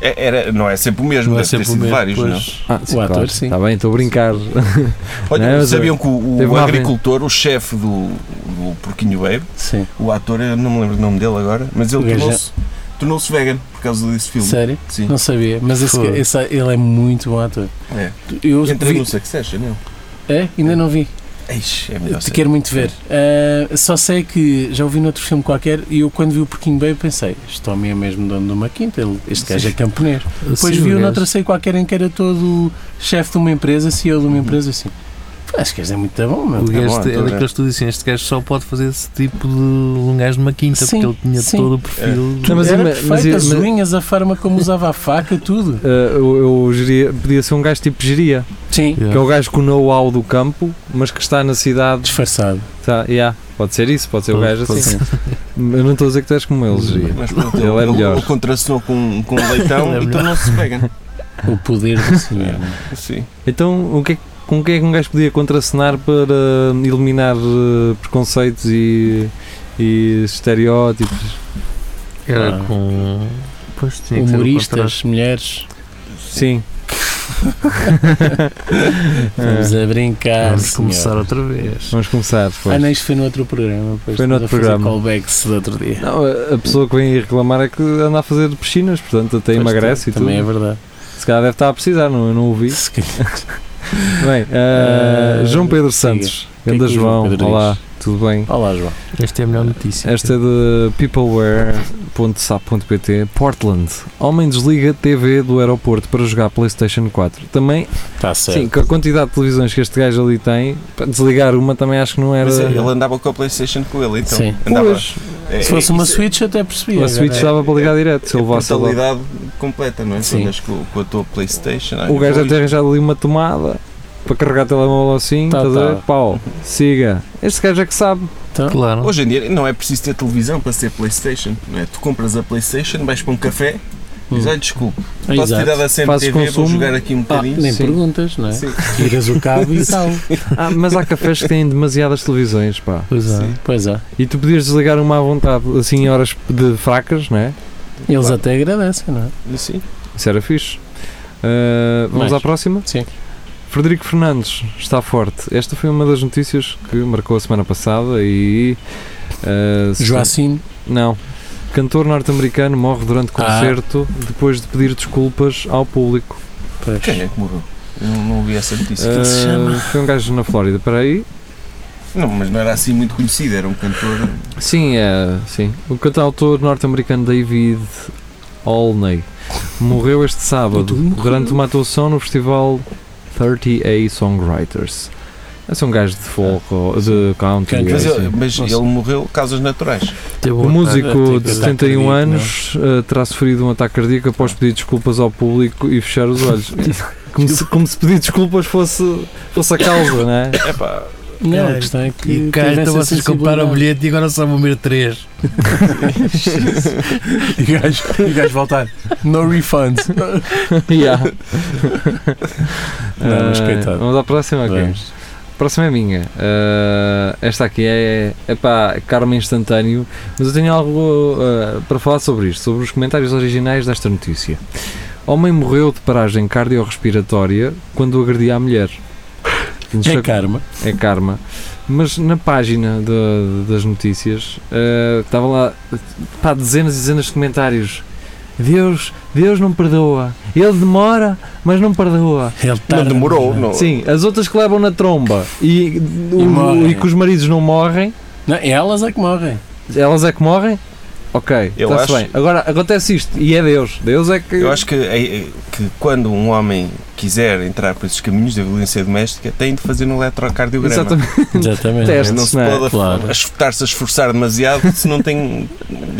Speaker 5: É- Era, não é sempre o mesmo,
Speaker 6: Não é
Speaker 5: deve ter
Speaker 6: sempre o
Speaker 5: sido
Speaker 6: mesmo.
Speaker 5: vários,
Speaker 6: pois.
Speaker 5: não?
Speaker 3: Ah,
Speaker 4: sim, ator,
Speaker 3: claro.
Speaker 4: sim.
Speaker 3: Está bem, estou a brincar.
Speaker 5: Olha,
Speaker 3: Não, mas
Speaker 5: sabiam que o,
Speaker 3: teve
Speaker 5: o
Speaker 3: uma
Speaker 5: agricultor, o chefe do, do Porquinho Babe,
Speaker 4: Sim.
Speaker 5: o ator, eu não me lembro o nome dele agora, mas ele
Speaker 4: O gajo
Speaker 5: tornou-se tornou vegan por causa desse filme.
Speaker 4: Sério?
Speaker 5: Sim.
Speaker 4: Não sabia. Mas esse,
Speaker 6: Fogo.
Speaker 4: esse- ele é muito bom ator.
Speaker 5: É.
Speaker 4: Eu
Speaker 5: Entrei
Speaker 4: vi-
Speaker 5: no Succession, não?
Speaker 4: É? Ainda não vi.
Speaker 5: Eish, é melhor
Speaker 4: Te
Speaker 5: ser.
Speaker 4: quero muito ver. Ah, só sei que já ouvi noutro filme qualquer e eu quando vi o Porquinho Bay pensei, este homem é mesmo dono de uma quinta, ele- este gajo é camponês. Depois
Speaker 6: Sim,
Speaker 4: vi-o
Speaker 6: o gajo.
Speaker 4: noutra sei qualquer em que era todo chefe de uma empresa, CEO
Speaker 6: Uhum.
Speaker 4: de uma empresa, assim. "Pá, Este gajo é muito bom,
Speaker 6: O
Speaker 4: meu.
Speaker 5: É bom,
Speaker 6: gajo é
Speaker 5: então,
Speaker 6: daqueles que tu dizes assim, este gajo só pode fazer esse tipo de um gajo numa quinta,
Speaker 4: Sim,
Speaker 6: porque ele tinha
Speaker 4: sim.
Speaker 6: todo o perfil.
Speaker 3: Não, mas
Speaker 4: era
Speaker 3: ima-
Speaker 4: perfeito,
Speaker 3: mas-
Speaker 4: as
Speaker 3: mas-
Speaker 4: unhas, a forma como usava a faca, tudo.
Speaker 3: Ah, eu, eu geria- podia ser um gajo tipo geria,
Speaker 4: Sim.
Speaker 3: que é o gajo com o know-how do campo, mas que está na cidade.
Speaker 4: Disfarçado.
Speaker 3: Tá, yeah, Pode ser isso, pode ser o
Speaker 6: Pode-
Speaker 3: gajo
Speaker 6: pode
Speaker 3: assim. Eu não estou a dizer que tu és como eles, geria.
Speaker 5: Mas pronto,
Speaker 3: Ele
Speaker 5: ele,
Speaker 3: é
Speaker 5: ele,
Speaker 3: melhor.
Speaker 5: ele contracenou com, com um leitão
Speaker 6: Ele é
Speaker 5: e
Speaker 6: melhor.
Speaker 5: tornou-se vegan.
Speaker 4: O poder do senhor. não é?
Speaker 5: Sim.
Speaker 3: Então, o que é, que- com o que é que um gajo podia contracenar para hum, eliminar eh, preconceitos e, e estereótipos?
Speaker 6: Era
Speaker 4: Ah.
Speaker 6: com. Pois tinha que ser o
Speaker 4: Humoristas, mulheres,
Speaker 3: Sim. É.
Speaker 4: estamos a brincar.
Speaker 6: contrário.
Speaker 4: Ah,
Speaker 6: Vamos
Speaker 4: senhor.
Speaker 6: começar outra vez.
Speaker 3: Vamos começar. Pois.
Speaker 4: é. Ah, não, isto foi no outro programa. pois,
Speaker 3: Foi no
Speaker 4: estamos
Speaker 3: outro
Speaker 4: a fazer
Speaker 3: programa.
Speaker 4: Callbacks do outro dia.
Speaker 3: Não, a- a pessoa que vem aí reclamar é que anda a fazer piscinas, portanto até
Speaker 4: Pois,
Speaker 3: emagrece e tudo.
Speaker 4: Também é verdade.
Speaker 3: Se calhar deve estar a precisar, não, eu não ouvi.
Speaker 4: Se calhar.
Speaker 3: Bem, eh,
Speaker 4: Eh,
Speaker 3: João Pedro
Speaker 4: siga.
Speaker 3: Santos,
Speaker 4: é que
Speaker 3: Ganda
Speaker 4: o João
Speaker 3: João,
Speaker 4: Pedro diz?
Speaker 3: olá, tudo bem?
Speaker 4: Olá, João.
Speaker 6: Esta é a melhor notícia.
Speaker 3: Esta é de peopleware.sap.pt Portland. Homem desliga TV do aeroporto para jogar PlayStation 4. Também,
Speaker 4: Está Tá certo.
Speaker 3: sim, com a quantidade de televisões que este gajo ali tem, para desligar uma também acho que não era.
Speaker 5: Mas ele andava com a Playstation com ele, então.
Speaker 4: Sim.
Speaker 5: Andava,
Speaker 3: Pois,
Speaker 5: É,
Speaker 4: Se fosse
Speaker 5: é,
Speaker 4: uma
Speaker 5: isso é né?
Speaker 4: Switch, eu até percebia.
Speaker 3: a
Speaker 4: agora.
Speaker 3: Switch
Speaker 5: já-
Speaker 3: dava para ligar direto, se
Speaker 5: a
Speaker 3: ele levasse lá.
Speaker 5: brutalidade completa, não é?
Speaker 4: Sim.
Speaker 5: Sim. Andas com, com a tua Playstation.
Speaker 3: O gajo deve ter
Speaker 5: até
Speaker 3: arranjado ali uma tomada para carregar o telemóvel assim,
Speaker 4: Tá,
Speaker 3: estás a ver?
Speaker 4: tá.
Speaker 3: Pau, siga. Este gajo é que sabe.
Speaker 6: Claro.
Speaker 5: Hoje em dia não é preciso ter televisão para ser Playstation, não é? Tu compras a Playstation, vais para um café, Diz, olha, desculpe, posso
Speaker 4: Hum. Exato.
Speaker 5: tirar da
Speaker 3: Fazes
Speaker 5: CMTV, vou
Speaker 3: consumo?
Speaker 5: jogar aqui um
Speaker 4: Ah,
Speaker 5: bocadinho.
Speaker 4: nem
Speaker 3: Sim.
Speaker 4: perguntas, não é?
Speaker 5: Sim.
Speaker 4: Tiras o cabo e tal.
Speaker 3: Ah, mas há cafés que têm demasiadas televisões, pá.
Speaker 6: Pois é.
Speaker 4: Pois é.
Speaker 3: E tu podias desligar uma à vontade, assim, em horas de fracas, não é?
Speaker 4: Eles até agradecem, não é?
Speaker 5: Sim.
Speaker 3: Isso era fixe. Ah, vamos
Speaker 4: Mais.
Speaker 3: à próxima?
Speaker 4: Sim.
Speaker 3: Frederico Fernandes está forte. Esta foi uma das notícias que marcou a semana passada e. ah, se-
Speaker 4: Joacim,
Speaker 3: Não. Cantor norte-americano morre durante
Speaker 4: Ah.
Speaker 3: concerto depois de pedir desculpas ao público.
Speaker 4: pois.
Speaker 5: Quem é que morreu? Eu não, não ouvi essa notícia.
Speaker 3: Ah,
Speaker 4: se chama?
Speaker 3: Foi um gajo na Flórida, peraí.
Speaker 5: Não, mas não era assim muito conhecido, era um cantor.
Speaker 3: Sim, é. Sim. O cantautor norte-americano David Olney morreu este sábado
Speaker 4: Muito bem.
Speaker 3: durante uma atuação no festival 30A Songwriters. Esse é um gajo de folk, ou de country.
Speaker 4: Country.
Speaker 3: ou
Speaker 5: Mas,
Speaker 3: assim.
Speaker 5: ele, mas
Speaker 4: Não
Speaker 5: ele
Speaker 4: sei.
Speaker 5: morreu de causas naturais.
Speaker 6: Teve
Speaker 3: O
Speaker 6: um
Speaker 3: músico
Speaker 6: ataque
Speaker 3: de
Speaker 6: cardíaco,
Speaker 3: 71
Speaker 6: não é?
Speaker 3: anos eh, terá sofrido um ataque cardíaco após pedir desculpas ao público e fechar os olhos. como, se, como se pedir desculpas fosse, fosse a causa, não é?
Speaker 4: Não, a
Speaker 6: É,
Speaker 4: questão é que.
Speaker 6: E cá
Speaker 4: tivesse
Speaker 6: então
Speaker 4: essa
Speaker 6: vocês compraram o
Speaker 4: sensibilidade.
Speaker 6: bilhete e agora só vão ver três. e o gajo, e o gajo voltar. No refund.
Speaker 3: Yeah.
Speaker 4: Não, mas
Speaker 3: Eh,
Speaker 4: coitado.
Speaker 3: Vamos à próxima aqui.
Speaker 4: Vamos.
Speaker 3: A próxima é minha. Eh, esta aqui é, é pá, Carmen Instantâneo, mas eu tenho algo eh, para falar sobre isto, sobre os comentários originais desta notícia. Homem morreu de paragem cardiorrespiratória quando agredia a mulher.
Speaker 4: É karma.
Speaker 3: é karma. Mas na página da- das notícias eh, estava lá pá, dezenas e dezenas de comentários. Deus, Deus não perdoa. Ele demora, mas não perdoa.
Speaker 4: Ele
Speaker 5: Não
Speaker 4: tarda,
Speaker 5: demorou,
Speaker 4: é?
Speaker 5: não.
Speaker 3: Sim, as outras que levam na tromba e, o-
Speaker 4: morrem.
Speaker 3: e que os maridos não morrem,
Speaker 4: Não, elas é que morrem.
Speaker 3: elas é que morrem. Ok,
Speaker 5: Eu
Speaker 3: está-se
Speaker 5: acho-
Speaker 3: bem. Agora acontece isto e é Deus. Deus é que.
Speaker 5: Eu acho que, é- é- que quando um homem quiser entrar por esses caminhos da violência doméstica, tem de fazer um eletrocardiograma.
Speaker 3: Exatamente.
Speaker 4: Exatamente.
Speaker 3: Teste.
Speaker 5: Não se
Speaker 3: Não é?
Speaker 5: pode
Speaker 4: Claro.
Speaker 5: a esforçar-se a esforçar demasiado se não tem.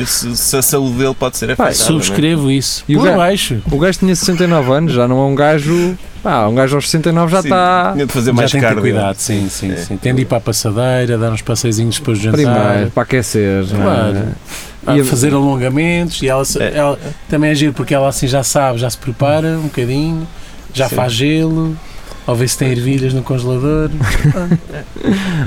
Speaker 5: se, se a saúde dele pode ser
Speaker 3: Pá,
Speaker 5: afetada. não é?
Speaker 4: Subscrevo isso.
Speaker 3: E o
Speaker 4: Por
Speaker 3: gajo-
Speaker 4: baixo.
Speaker 3: O gajo tinha 69 anos, já não é um gajo. Pá, um gajo aos 69 já tá
Speaker 5: Sim,
Speaker 3: está.
Speaker 5: Tinha de fazer
Speaker 4: tá- Já
Speaker 5: mais
Speaker 4: tem que ter
Speaker 5: cardio.
Speaker 4: cuidado, sim, sim,
Speaker 5: É.
Speaker 4: sim. Tem de ir para a passadeira, dar uns passeizinhos depois do
Speaker 3: Primeiro,
Speaker 4: jantar.
Speaker 3: para aquecer. não é?
Speaker 4: Claro.
Speaker 3: E
Speaker 4: A
Speaker 3: a-
Speaker 4: fazer alongamentos e ela, se-
Speaker 5: É.
Speaker 4: ela- também é giro porque ela assim já sabe, já se prepara um bocadinho, já
Speaker 5: Sim.
Speaker 4: faz gelo, ou vê se tem ervilhas no congelador.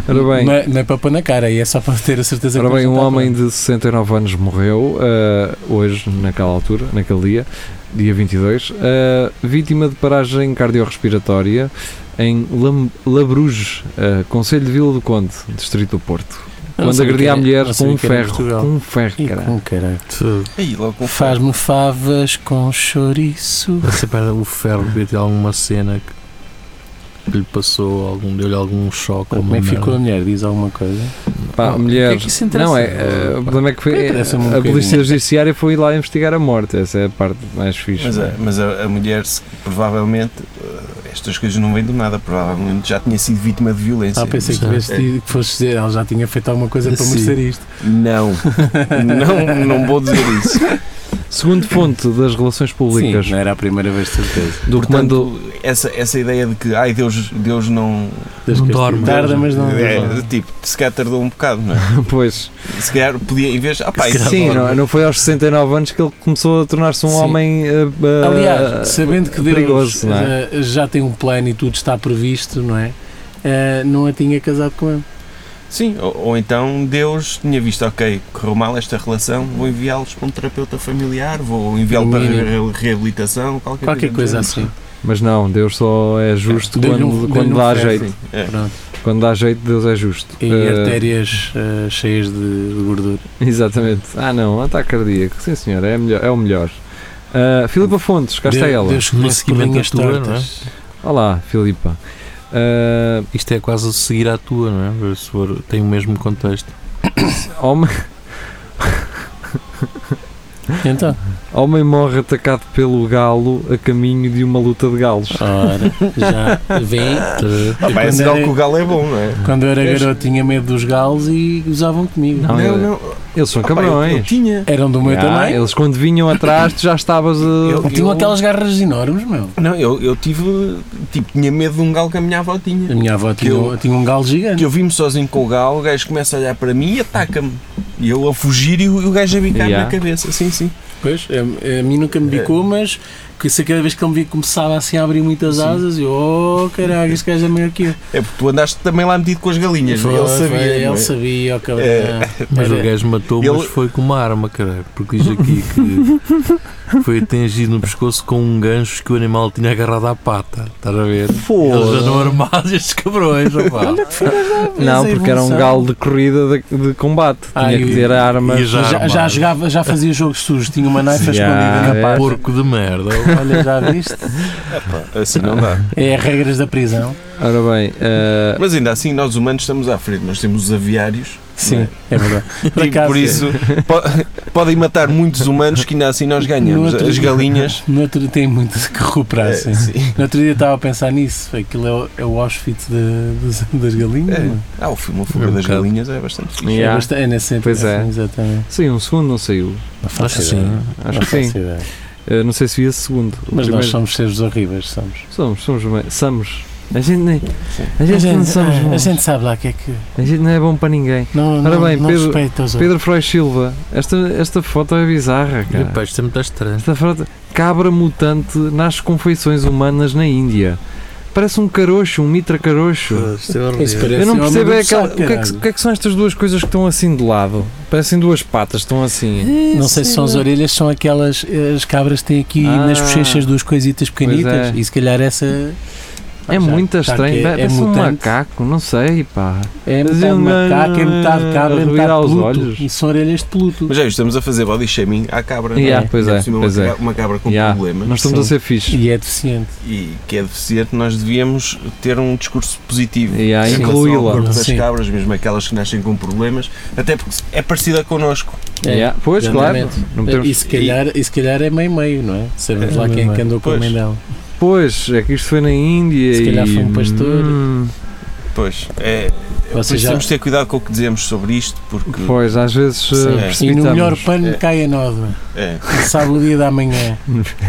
Speaker 3: Ora bem,
Speaker 4: Não, é, não é para pôr na cara, e é só para ter a certeza
Speaker 3: ora
Speaker 4: que
Speaker 3: bem,
Speaker 4: não é?
Speaker 3: um
Speaker 4: está
Speaker 3: homem de 69 anos morreu ah, hoje, naquela altura, naquele dia, dia 22, ah, vítima de paragem cardiorrespiratória em Lam- Labruge, ah, Conselho de Vila do Conde, Distrito do Porto.
Speaker 4: Eu não
Speaker 3: Quando
Speaker 4: sabia
Speaker 3: agredi
Speaker 4: que
Speaker 3: a
Speaker 4: era-
Speaker 3: mulher
Speaker 4: não
Speaker 3: com
Speaker 4: sabia
Speaker 3: um
Speaker 4: que era em
Speaker 3: ferro.
Speaker 4: Portugal.
Speaker 3: Com um ferro,
Speaker 4: Ih,
Speaker 3: caralho.
Speaker 4: com caralho.
Speaker 5: Aí, logo com faz.
Speaker 4: Faz-me favas com chouriço.
Speaker 6: Você para o ferro devia ter alguma cena que, que lhe passou, algum, deu-lhe algum choque.
Speaker 4: Como é que ficou a mulher? Diz alguma coisa?
Speaker 3: Pá, a mulher.
Speaker 6: O que é que isso interessa?
Speaker 3: não, é, ah, o problema é que foi.
Speaker 4: Interessa-me um
Speaker 3: a polícia
Speaker 4: bocadinho.
Speaker 3: judiciária foi lá investigar a morte. Essa é a parte mais fixe.
Speaker 5: Mas,
Speaker 3: não
Speaker 5: a,
Speaker 3: é?
Speaker 5: mas a, a mulher, se- provavelmente, eh, estas coisas não vêm do nada, provavelmente já tinha sido vítima de violência. É,
Speaker 4: Ah, pensei que,
Speaker 6: sim.
Speaker 4: tivesse dito que fosse dizer, ela já tinha feito alguma coisa para
Speaker 6: Sim.
Speaker 4: merecer isto.
Speaker 5: Não, não, não vou dizer isso.
Speaker 3: Segundo fonte das relações públicas
Speaker 4: Sim, né? não era a primeira vez, de certeza.
Speaker 3: do comando
Speaker 5: Portanto, essa, essa ideia de que, ai, Deus, Deus não.
Speaker 4: Desde
Speaker 6: Não
Speaker 4: que este-
Speaker 6: dorme.
Speaker 4: Tarda, mas não.
Speaker 5: É, tipo, se calhar tardou um bocado, não é?
Speaker 3: Pois,
Speaker 5: Se calhar podia, em vez. Ah, pá, isso
Speaker 3: sim,
Speaker 5: adoro.
Speaker 3: não, não foi aos 69 anos que ele começou a tornar-se um
Speaker 4: Sim.
Speaker 3: homem. eh, eh,
Speaker 4: Aliás, sabendo que Deus
Speaker 3: perigoso, não é?
Speaker 4: eh, já tem um plano e tudo está previsto, não é? Eh, não a tinha casado com ele.
Speaker 5: Sim, ou, ou então Deus tinha visto, ok, correu mal esta relação, vou enviá-los para um terapeuta familiar, vou enviá-lo
Speaker 4: No
Speaker 5: para
Speaker 4: mínimo.
Speaker 5: re- reabilitação, qualquer,
Speaker 4: Qualquer coisa
Speaker 5: do
Speaker 4: assim.
Speaker 3: Mas não, Deus só é justo
Speaker 4: Deu-lhe
Speaker 3: quando,
Speaker 4: um-
Speaker 3: quando
Speaker 4: deu-lhe um
Speaker 3: dá
Speaker 4: ferro,
Speaker 3: jeito.
Speaker 5: género. Sim, é.
Speaker 4: Pronto.
Speaker 3: Quando dá jeito, Deus é justo.
Speaker 4: E
Speaker 3: Eh,
Speaker 4: artérias eh, cheias de, de gordura.
Speaker 3: Exatamente. Ah, não, ataque cardíaco. Sim, senhor, é, melhor- é o melhor. Eh, Filipa Fontes, cá está
Speaker 4: Deus-
Speaker 3: ela.
Speaker 4: Deus
Speaker 6: No
Speaker 4: conhece
Speaker 6: seguimento
Speaker 4: perninhas
Speaker 6: da
Speaker 3: é?
Speaker 6: tua,
Speaker 4: tortas.
Speaker 3: Olá, Filipa. Eh,
Speaker 6: Isto é quase seguir à tua, não é? Ver se for- tem o mesmo contexto.
Speaker 3: homem,
Speaker 4: Então,
Speaker 3: homem morre atacado pelo galo a caminho de uma luta de galos.
Speaker 4: ora, já vem.
Speaker 3: Tá.
Speaker 5: Ah, pá, é sinal que o
Speaker 4: Tipo, quando,
Speaker 5: galo é bom, não é?
Speaker 4: era, quando eu era garoto tinha medo dos galos e gozavam comigo.
Speaker 3: Não, eu-
Speaker 5: Ah,
Speaker 3: Eles são
Speaker 5: pá, eu- eu
Speaker 3: cabrões.
Speaker 5: tinha.
Speaker 4: Eram do meu
Speaker 3: Ah,
Speaker 4: também.
Speaker 3: Eles quando vinham atrás, tu já estavas eh, a.
Speaker 5: Eu-
Speaker 4: Tinham aquelas garras enormes, meu.
Speaker 5: Não, eu, eu tive, tipo, tinha medo de um galo que a minha avó
Speaker 4: A
Speaker 5: tinha.
Speaker 4: minha avó tinha,
Speaker 5: eu-
Speaker 4: tinha um galo gigante.
Speaker 5: Que eu vi-me sozinho com o galo, o gajo começa a olhar para mim e ataca-me. E eu a fugir e o, e o gajo a bicar
Speaker 3: Yeah.
Speaker 5: na cabeça, sim, sim.
Speaker 4: Pois, a, a mim nunca me bicou,
Speaker 5: É.
Speaker 4: mas que se cada vez que ele me via começava assim a abrir muitas asas, eu, oh caralho, este gajo é maior que eu.
Speaker 5: É porque tu andaste também lá metido com as galinhas. não é? ele
Speaker 4: Foi,
Speaker 5: sabia.
Speaker 4: foi,
Speaker 5: não é?
Speaker 4: Ele sabia, ó cabrão.
Speaker 5: É.
Speaker 6: Mas o
Speaker 4: Era-
Speaker 6: gajo matou, mas
Speaker 5: Ele-
Speaker 6: foi com uma arma, caralho. Porque diz aqui que foi atingido no pescoço com um gancho que o animal tinha agarrado à pata. Estás a ver? Eles
Speaker 3: Foda.
Speaker 6: andam armados, estes cabrões, rapaz.
Speaker 3: Não,
Speaker 4: Essa
Speaker 3: porque era um
Speaker 4: evolução.
Speaker 3: galo de corrida de, de combate.
Speaker 4: Ah,
Speaker 3: Tinha
Speaker 4: e
Speaker 3: que
Speaker 4: o-
Speaker 3: ter a arma.
Speaker 6: e já-
Speaker 4: Já, já jogava, já fazia jogos sujos, tinha uma naifa
Speaker 3: Já,
Speaker 4: escondida na
Speaker 3: é.
Speaker 4: pá.
Speaker 6: Porco de merda.
Speaker 4: Olha, já viste?
Speaker 5: Assim não dá.
Speaker 4: É regras da prisão.
Speaker 3: Ora bem, eh,
Speaker 5: Mas ainda assim, nós humanos estamos à frente. Nós temos os aviários.
Speaker 4: Sim, é verdade. Por
Speaker 5: e
Speaker 4: acaso,
Speaker 5: por isso po- podem matar muitos humanos que ainda assim nós ganhamos.
Speaker 4: No outro-
Speaker 5: As galinhas.
Speaker 4: No outro dia tem muito que recuperar,
Speaker 5: É,
Speaker 4: sim.
Speaker 5: sim.
Speaker 4: No outro dia estava a pensar nisso. Aquilo é o, é o Auschwitz de- dos- das galinhas.
Speaker 5: É.
Speaker 4: não
Speaker 5: Ah, o filme A Fuga
Speaker 6: Um
Speaker 5: das
Speaker 6: bocado.
Speaker 5: Galinhas é bastante fixe.
Speaker 4: É,
Speaker 3: Yeah.
Speaker 4: bastante- é nesse sentido,
Speaker 3: Pois é.
Speaker 4: assim, Exatamente.
Speaker 3: saiu um segundo, não saiu?
Speaker 4: Não faço
Speaker 6: Acho que
Speaker 4: ideia,
Speaker 6: sim.
Speaker 3: Acho
Speaker 4: não
Speaker 3: que sim.
Speaker 4: faço ideia.
Speaker 3: Eh, não sei se via segundo. O
Speaker 4: Mas nós
Speaker 3: primeiro-
Speaker 4: somos seres horríveis, somos.
Speaker 3: somos. Somos. bem- Somos. A gente, nem, a gente não somos
Speaker 4: a,
Speaker 3: bons.
Speaker 4: gente sabe lá o que é que.
Speaker 3: A gente não é bom para ninguém.
Speaker 4: Não,
Speaker 3: Ora
Speaker 4: não,
Speaker 3: bem,
Speaker 4: não
Speaker 3: Pedro-
Speaker 4: respeita os outros.
Speaker 3: Pedro Frois Silva, esta, esta foto é bizarra, cara.
Speaker 6: Rapaz, isto é muito estranho.
Speaker 3: Esta frase, cabra mutante nasce com feições humanas na Índia. Parece um carocho, um mitra carocho.
Speaker 4: Isso parece
Speaker 3: Eu não
Speaker 4: o homem
Speaker 3: percebo
Speaker 4: do
Speaker 3: é aquela-
Speaker 4: saco,
Speaker 3: o, que é que,
Speaker 4: caralho.
Speaker 3: o que é que são estas duas coisas que estão assim de lado. Parecem duas patas, estão assim.
Speaker 4: Não sei se são as orelhas, são aquelas. As cabras têm aqui
Speaker 3: Ah.
Speaker 4: nas bochechas duas coisitas pequenitas.
Speaker 3: Pois é.
Speaker 4: E se calhar essa.
Speaker 3: É
Speaker 4: Já-
Speaker 3: muito
Speaker 4: já
Speaker 3: estranho.
Speaker 4: que é-
Speaker 3: Parece
Speaker 4: é
Speaker 3: um
Speaker 4: mutante.
Speaker 3: macaco, não sei, pá.
Speaker 4: É
Speaker 3: Mas
Speaker 4: metade
Speaker 3: ele não-
Speaker 4: macaco, é metade cabra, é
Speaker 3: revirar
Speaker 4: metade
Speaker 3: os
Speaker 4: Pluto.
Speaker 3: olhos.
Speaker 4: E são orelhas de Pluto.
Speaker 5: Mas já viu, estamos a fazer body shaming à cabra. não
Speaker 3: Yeah,
Speaker 5: é?
Speaker 3: pois
Speaker 5: Ainda
Speaker 3: é,
Speaker 5: por cima,
Speaker 3: pois
Speaker 5: uma,
Speaker 3: é.
Speaker 5: ca- uma cabra com
Speaker 3: Yeah,
Speaker 5: problemas
Speaker 3: Nós estamos
Speaker 4: Sim.
Speaker 3: a ser fixe.
Speaker 4: E é deficiente.
Speaker 5: e que é deficiente, nós devíamos ter um discurso positivo.
Speaker 3: Yeah,
Speaker 5: em relação
Speaker 3: incluí-la.
Speaker 5: ao corpo das
Speaker 4: Sim.
Speaker 5: cabras, mesmo aquelas que nascem com problemas, até porque é parecida connosco.
Speaker 4: É,
Speaker 3: Yeah, Pois, claro.
Speaker 4: exatamente. É
Speaker 3: Não podemos-
Speaker 4: E, se calhar, e se calhar é meio-meio, não é? Sabemos
Speaker 6: É
Speaker 4: lá quem é que
Speaker 6: meio-meio.
Speaker 4: andou com o
Speaker 5: Pois.
Speaker 4: mãe dela.
Speaker 3: Pois, é que isto foi na Índia.
Speaker 4: Se calhar
Speaker 3: e-
Speaker 4: foi um pastor.
Speaker 3: Hum,
Speaker 5: Pois, é, por isso
Speaker 4: Vocês já.
Speaker 5: temos de ter cuidado com o que dizemos sobre isto, porque
Speaker 3: pois, às vezes.
Speaker 4: Sim.
Speaker 3: eh,
Speaker 4: E no
Speaker 3: precipitamos.
Speaker 4: melhor pano
Speaker 5: É.
Speaker 4: cai a nódoa.
Speaker 5: é,
Speaker 4: Sabe o dia da manhã.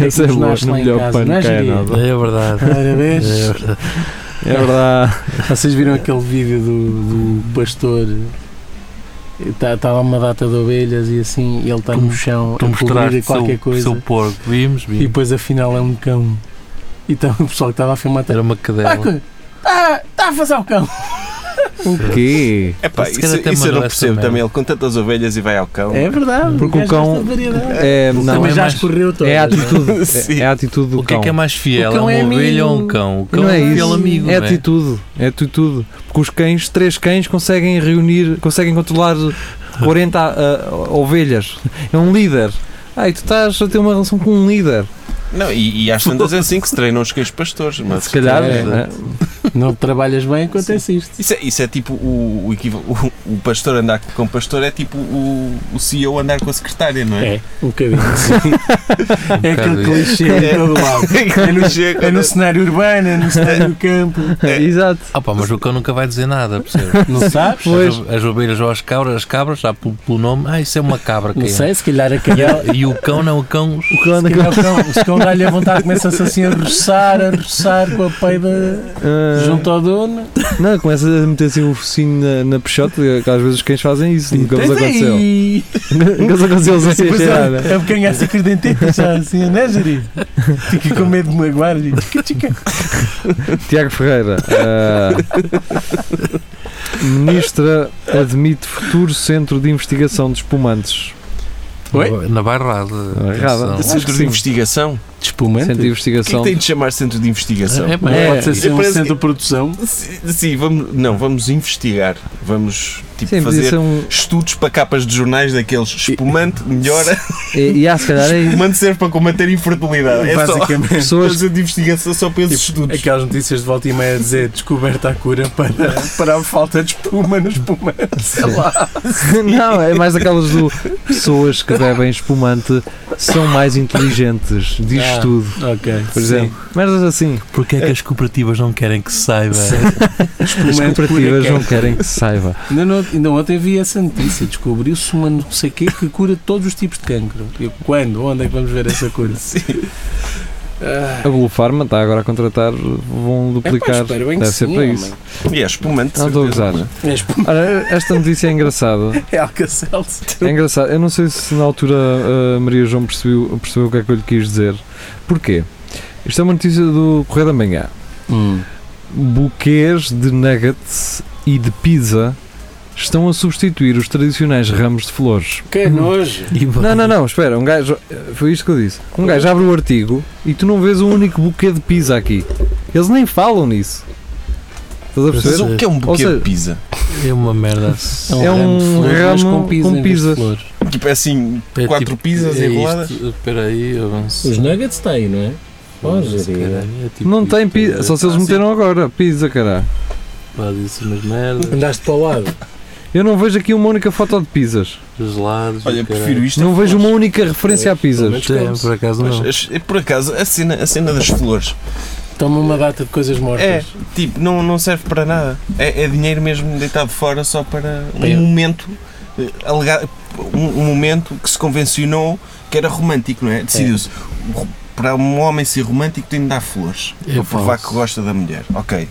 Speaker 3: Essa é
Speaker 4: nos
Speaker 3: boa,
Speaker 4: nasce
Speaker 3: no
Speaker 4: lá em
Speaker 3: melhor
Speaker 4: casa,
Speaker 3: pano
Speaker 4: não é,
Speaker 3: cai a
Speaker 4: Jeria?
Speaker 3: nódoa.
Speaker 6: É verdade.
Speaker 4: Primeira vez.
Speaker 6: É verdade.
Speaker 3: É verdade.
Speaker 4: Vocês viram aquele vídeo do, do pastor? Está tá lá uma data de ovelhas e assim, e ele está
Speaker 6: Tu-
Speaker 4: no chão
Speaker 6: Tu
Speaker 4: a cobrir
Speaker 6: mostraste
Speaker 4: qualquer
Speaker 6: seu,
Speaker 4: coisa.
Speaker 6: seu porco. Vimos,
Speaker 4: E
Speaker 6: vimos.
Speaker 4: depois afinal é um cão. Então o pessoal que estava a filmar está
Speaker 6: Era uma
Speaker 4: ah,
Speaker 6: cadela.
Speaker 4: co- tá, tá a fazer o cão.
Speaker 3: O quê?
Speaker 5: Epá,
Speaker 6: Se
Speaker 5: isso,
Speaker 6: calhar até
Speaker 5: isso eu não
Speaker 6: mandou essa
Speaker 5: percebo
Speaker 6: merda.
Speaker 5: também. Ele com tantas ovelhas e vai ao cão.
Speaker 4: É verdade.
Speaker 3: Porque o
Speaker 4: gajo
Speaker 3: cão-
Speaker 4: gosta de variedade.
Speaker 3: É, não,
Speaker 4: Também
Speaker 6: é
Speaker 4: já
Speaker 6: mais-
Speaker 4: escorreu todo.
Speaker 3: é a atitude. É,
Speaker 5: Sim.
Speaker 3: é a atitude do
Speaker 6: O que é
Speaker 3: cão.
Speaker 6: que é mais fiel?
Speaker 4: O cão
Speaker 6: é
Speaker 4: é
Speaker 6: uma ovelha ou um
Speaker 4: amigo.
Speaker 6: cão? O cão
Speaker 3: não
Speaker 6: é,
Speaker 3: é
Speaker 6: um
Speaker 3: isso.
Speaker 6: fiel amigo.
Speaker 3: é
Speaker 6: não
Speaker 3: atitude, é atitude. Porque os cães, três cães, conseguem reunir, conseguem controlar 40 ah, ovelhas. É um líder. Ai, tu estás a ter uma relação com um líder.
Speaker 5: Não, e, e às tantas é assim que se treinam os cães pastores. Mas
Speaker 3: Se calhar.
Speaker 4: é.
Speaker 3: né?
Speaker 4: Não trabalhas bem, acontece isto.
Speaker 5: Isso é, isso é tipo o, o, equivo- o, o pastor andar com o pastor é tipo o, o CEO andar com a secretária, não é?
Speaker 4: É, um bocadinho.
Speaker 3: Um
Speaker 4: é aquele
Speaker 6: bocado isso.
Speaker 4: clichê em todo lado. É no, é no cenário urbano, é no cenário do campo.
Speaker 3: é. Exato.
Speaker 6: Ah pá, mas o cão nunca vai dizer nada, percebes?
Speaker 4: Não sabes?
Speaker 3: Pois.
Speaker 6: As, as ovelhas ou as cabras, as cabras, já pelo, pelo nome, ah, isso é uma cabra.
Speaker 4: Não
Speaker 6: que é.
Speaker 4: sei, se calhar a calhar.
Speaker 6: E o cão não, o cão.
Speaker 3: O cão anda
Speaker 4: Se calhar o cão, se o cão dá-lhe a vontade, começa-se assim a roçar, a roçar com a peida
Speaker 3: com- Ah,
Speaker 4: junto ao dono.
Speaker 3: Não, começa a meter assim o focinho na, na peixote, que às vezes os cães fazem isso, nunca vos é aconteceu.
Speaker 4: Ei!
Speaker 3: Nunca vos aconteceu eles assim a
Speaker 4: Pois
Speaker 3: cheirar.
Speaker 4: é, é porque ganhaste com os dentetas já assim, não é, Jari? Fica com medo de me magoar. e tchica, tchica.
Speaker 3: Tiago Ferreira. ah, ministra admite futuro centro de investigação de espumantes.
Speaker 4: Oi?
Speaker 6: Na bairrada.
Speaker 3: Na bairrada.
Speaker 6: atenção.
Speaker 3: Acho que
Speaker 5: Centro de
Speaker 3: sim.
Speaker 5: investigação?
Speaker 4: Espumante?
Speaker 5: O
Speaker 3: Centro de
Speaker 5: que é
Speaker 3: investigação.
Speaker 5: que tem de chamar centro de investigação?
Speaker 6: É, pá,
Speaker 4: Não
Speaker 3: É,
Speaker 4: pode ser assim um
Speaker 5: parece que-
Speaker 4: centro de produção.
Speaker 5: Si- Sim, vamos, não, vamos investigar. Vamos tipo,
Speaker 3: Sim, podia
Speaker 5: fazer
Speaker 3: ser um.
Speaker 5: estudos para capas de jornais daqueles espumante, melhora,
Speaker 3: E, e há, se calhar, é
Speaker 5: espumante serve para combater infertilidade. É só
Speaker 4: Basicamente.
Speaker 3: pessoas.
Speaker 5: fazer de investigação só para esses
Speaker 4: Tipo,
Speaker 5: estudos.
Speaker 4: aquelas notícias de volta e meia a dizer descoberta a cura para, para a falta de espuma no espumante. Sei lá.
Speaker 3: Não, é mais aquelas do. Pessoas que bebem espumante são mais inteligentes. Diz
Speaker 4: Ah,
Speaker 3: tudo.
Speaker 4: Ok.
Speaker 3: Por exemplo, merdas assim.
Speaker 6: Porquê é que as cooperativas não querem que se saiba?
Speaker 3: As cooperativas não
Speaker 4: quer.
Speaker 3: querem que se saiba.
Speaker 4: Ainda, não, ainda ontem vi essa notícia. Descobriu-se uma não sei quê que cura todos os tipos de cancro. Eu, quando? Onde é que vamos ver essa cura? Ah,
Speaker 3: A Blue Pharma está agora a contratar, vão
Speaker 4: pá,
Speaker 3: duplicar.
Speaker 4: espero bem que
Speaker 3: Deve ser
Speaker 4: sim,
Speaker 3: para
Speaker 4: homem.
Speaker 3: isso.
Speaker 5: E é espumante. de
Speaker 3: Não estou a
Speaker 5: certeza,
Speaker 3: gozar.
Speaker 5: não é?
Speaker 4: É espuma,
Speaker 3: Ora, esta notícia é engraçada.
Speaker 4: é Alcacelce.
Speaker 3: É engraçado. Eu não sei se na altura a Maria João percebeu, percebeu o que é que eu lhe quis dizer. Porquê? Isto é uma notícia do Correio da Manhã.
Speaker 4: Hum.
Speaker 3: Buquês de nuggets e de pizza estão a substituir os tradicionais ramos de flores.
Speaker 4: Que nojo.
Speaker 3: Não, não, não, espera, um gajo. Foi isto que eu disse. Um gajo abre o artigo e tu não vês um único buquê de pizza aqui. Eles nem falam nisso. Estás a
Speaker 5: Mas
Speaker 3: perceber?
Speaker 5: o que é um buquê
Speaker 3: seja-
Speaker 5: de pizza?
Speaker 6: É uma merda.
Speaker 3: É
Speaker 4: ramo de
Speaker 3: um
Speaker 4: flores, mas
Speaker 3: ramo com
Speaker 4: em vez de
Speaker 3: pizas.
Speaker 4: flores.
Speaker 5: Tipo é assim,
Speaker 3: um
Speaker 6: É
Speaker 5: quatro pizzas
Speaker 6: é
Speaker 5: enroladas?
Speaker 6: isto. Espera aí, eu avanço.
Speaker 2: Os nuggets está aí, não é? Oh, geria.
Speaker 6: Caralho, é tipo
Speaker 3: Não tem
Speaker 6: isto,
Speaker 3: pizza.
Speaker 6: é-
Speaker 3: Só se eles
Speaker 6: Ah,
Speaker 3: meteram agora. Pizza, caralho.
Speaker 6: sim, pá, disse umas
Speaker 4: é.
Speaker 6: merdas,
Speaker 2: Andaste para o lado.
Speaker 3: Eu não vejo aqui uma única foto de pizzas.
Speaker 6: gelados.
Speaker 5: Olha,
Speaker 6: o caralho.
Speaker 5: prefiro
Speaker 4: é
Speaker 5: isto. a
Speaker 3: Não vejo
Speaker 5: flores.
Speaker 3: uma única referência a pizzas.
Speaker 6: Tem, por acaso não.
Speaker 5: Mas, as- por acaso, a cena, a cena das flores
Speaker 4: Toma uma data de coisas
Speaker 5: é
Speaker 4: mortas.
Speaker 5: tipo, não, não serve para nada. É, é dinheiro mesmo deitado fora só para um
Speaker 4: É.
Speaker 5: momento eh, alega- um, um momento que se convencionou que era romântico, não é? Decidiu-se. "Ro- Para um homem ser romântico tem de dar flores.
Speaker 6: É
Speaker 5: para provar
Speaker 6: falso.
Speaker 5: que gosta da mulher. Ok.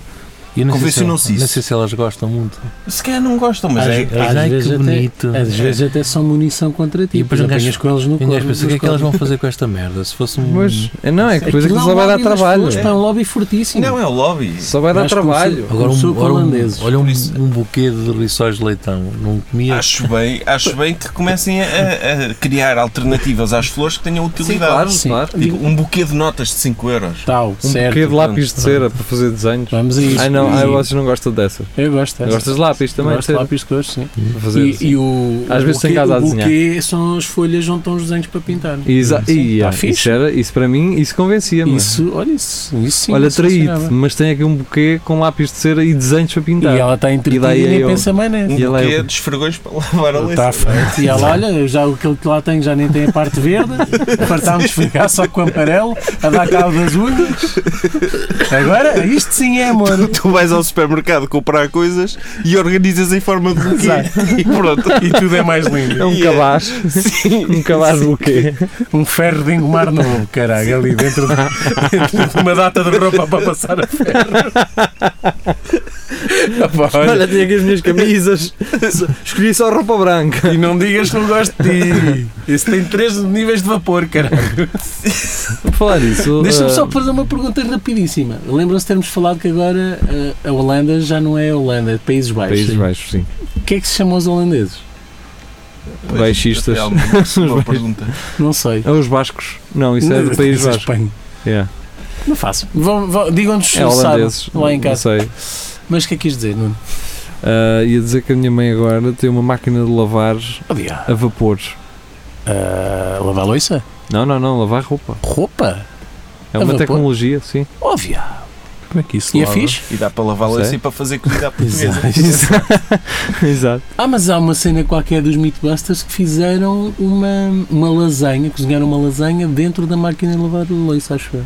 Speaker 6: E eu não sei se
Speaker 5: Convencionou-se
Speaker 6: elas-
Speaker 5: isso.
Speaker 6: Não sei se elas gostam muito.
Speaker 5: Se calhar não gostam, mas
Speaker 2: Às-
Speaker 5: é.
Speaker 2: às
Speaker 6: Ai,
Speaker 2: vezes
Speaker 6: que
Speaker 2: até-
Speaker 6: bonito.
Speaker 4: Às vezes até são munição contra ti.
Speaker 6: E depois um
Speaker 4: apanhas
Speaker 6: gajo-
Speaker 4: com eles no
Speaker 6: E um gajo pensa, o que é que elas
Speaker 4: corpo.
Speaker 6: vão fazer com esta merda? Se fosse um.
Speaker 3: Pois, é, não, é que depois aquilo
Speaker 4: Aquilo
Speaker 3: só vai
Speaker 4: é um
Speaker 3: dar
Speaker 4: lobby das
Speaker 3: trabalho.
Speaker 4: flores, pá, é um lobby fortíssimo.
Speaker 5: Não, é o lobby.
Speaker 3: Só vai dar
Speaker 4: Mas como
Speaker 3: trabalho.
Speaker 6: Agora um,
Speaker 4: Começou com
Speaker 6: agora um-
Speaker 4: holandeses,
Speaker 6: olha
Speaker 5: por
Speaker 6: um,
Speaker 5: isso-
Speaker 6: um buquê de rissóis de leitão. Não comia.
Speaker 5: Acho bem, acho bem que comecem a, a- a criar alternativas às flores que tenham
Speaker 3: Sim,
Speaker 5: utilidade.
Speaker 3: claro, claro.
Speaker 5: Tipo, um buquê de notas de 5 euros.
Speaker 4: Tal,
Speaker 3: Um
Speaker 4: certo.
Speaker 3: buquê de lápis de
Speaker 5: pronto.
Speaker 3: cera para fazer desenhos.
Speaker 4: Vamos a isso.
Speaker 3: Ai não,
Speaker 4: E-
Speaker 3: ai, vocês não gostam dessa.
Speaker 4: Eu gosto dessa.
Speaker 3: Gostas de lápis também? de
Speaker 4: Gosto de
Speaker 3: cera?
Speaker 4: lápis de cores, sim.
Speaker 3: Para fazer
Speaker 4: E,
Speaker 3: assim.
Speaker 4: e o,
Speaker 3: Às
Speaker 4: o
Speaker 3: vezes
Speaker 4: buquê,
Speaker 3: em casa a
Speaker 4: o
Speaker 3: desenhar.
Speaker 4: buquê são as folhas onde estão os desenhos para pintar.
Speaker 3: Exa-
Speaker 4: Sim,
Speaker 3: Ia,
Speaker 4: tá fixe.
Speaker 3: isso, é era, isso para mim, isso convencia-me.
Speaker 4: Isso, olha isso, isso sim,
Speaker 3: Olha,
Speaker 4: isso
Speaker 3: traído,
Speaker 4: funcionava.
Speaker 3: mas tem aqui um buquê com lápis de cera e desenhos para pintar.
Speaker 4: E ela está entretida
Speaker 3: daí
Speaker 4: e nem
Speaker 3: eu-
Speaker 4: pensa mais
Speaker 5: Um
Speaker 4: nessa.
Speaker 3: E ela é
Speaker 5: buquê
Speaker 3: o-
Speaker 5: de esfregões para lavar a
Speaker 4: Está
Speaker 5: louça.
Speaker 4: feito. E ela, olha, eu já, aquele que lá tenho já nem tem a parte verde, fartámos de esfregar só com o aparelho, a dar cabo das unhas. Agora, isto sim é amor.
Speaker 5: Tu vais ao supermercado comprar coisas e organizas em forma de buquê.
Speaker 4: Exato.
Speaker 5: E pronto.
Speaker 4: E tudo é mais lindo.
Speaker 3: É um
Speaker 5: E é-
Speaker 3: cabaz. um cabaz buquê.
Speaker 4: Um ferro de engomar não, caralho, ali dentro de, dentro de uma data de roupa para passar a ferro. Epá, olha,
Speaker 3: Olha, tinha aqui as minhas camisas. Escolhi só roupa branca.
Speaker 4: E não digas que não gosto de ti. Esse tem três níveis de vapor, caralho.
Speaker 3: Por falar disso.
Speaker 4: Deixa-me
Speaker 3: ah,
Speaker 4: só fazer uma pergunta rapidíssima. Lembram-se de termos falado que agora ah, a Holanda já não é a Holanda, é Países Baixos.
Speaker 3: Países Baixos, sim.
Speaker 4: O que é que se chamam os holandeses?
Speaker 3: Baixistas.
Speaker 5: Realmente, boa pergunta.
Speaker 4: Não sei.
Speaker 3: Ah, os Bascos. Não, isso é do País
Speaker 4: Isso é
Speaker 3: Vasco.
Speaker 4: Espanha.
Speaker 3: Yeah.
Speaker 4: Não faço. Vão- vão- Digam-nos se
Speaker 3: É
Speaker 4: sabem
Speaker 3: holandeses.
Speaker 4: lá em
Speaker 3: Não
Speaker 4: casa.
Speaker 3: sei.
Speaker 4: Mas o que é que quis dizer, Nuno?
Speaker 3: Ah, ia dizer que a minha mãe agora tem uma máquina de lavar
Speaker 4: Oh, diabo.
Speaker 3: a vapor.
Speaker 4: Ah, lavar louça?
Speaker 3: Não, não, não, lavar roupa.
Speaker 4: Roupa?
Speaker 3: É
Speaker 4: A
Speaker 3: uma
Speaker 4: vapor?
Speaker 3: tecnologia, sim.
Speaker 4: Óbvio.
Speaker 6: Como é que isso
Speaker 4: E é
Speaker 6: lava?
Speaker 4: fixe?
Speaker 5: E dá para lavar a louça
Speaker 3: Sei.
Speaker 5: e para fazer comida à portuguesa.
Speaker 3: Exato.
Speaker 4: Ah, mas há uma cena qualquer dos Mythbusters que fizeram uma, uma lasanha, cozinharam uma lasanha dentro da máquina de lavar louça, acho eu.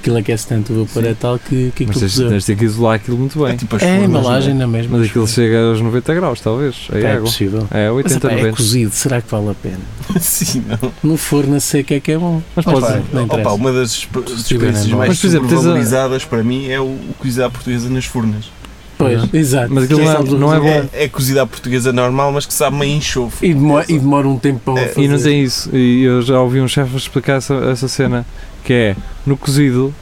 Speaker 4: Aquilo aquece tanto o vapor é tal que, que
Speaker 3: Mas
Speaker 4: aquilo
Speaker 3: tens,
Speaker 4: pesou.
Speaker 3: tens de ter que isolar aquilo muito bem.
Speaker 5: É tipo as
Speaker 4: É a
Speaker 5: formas,
Speaker 4: embalagem na mesma.
Speaker 3: Mas aquilo chega aos 90 graus, talvez. A
Speaker 4: é,
Speaker 3: água.
Speaker 4: possível.
Speaker 3: É,
Speaker 4: Mas
Speaker 3: 80,
Speaker 4: epá, é
Speaker 3: 90.
Speaker 4: cozido, será que vale a pena?
Speaker 5: não é? Sim, não.
Speaker 4: No forno a seco é que é bom.
Speaker 3: Mas
Speaker 4: Mas
Speaker 3: pode
Speaker 5: Pá,
Speaker 4: pá, não
Speaker 5: opa,
Speaker 4: interessa.
Speaker 5: uma das exp-
Speaker 6: estiver
Speaker 5: experiências
Speaker 6: em
Speaker 5: mais
Speaker 3: Mas, por exemplo, tens a-
Speaker 5: valorizadas para mim é o, o cozido à portuguesa nas furnas.
Speaker 4: Pois, exato.
Speaker 3: Mas aquilo não é-
Speaker 4: Sabes o
Speaker 3: não é
Speaker 4: resultado.
Speaker 3: bom.
Speaker 5: É, é cozida à portuguesa normal, mas que sabe meio enxofre.
Speaker 4: E demora, e demora um tempo para
Speaker 5: É,
Speaker 4: o
Speaker 5: e
Speaker 4: fazer.
Speaker 3: E não tem isso. E eu já ouvi um chefe a explicar essa, essa cena, que é no cozido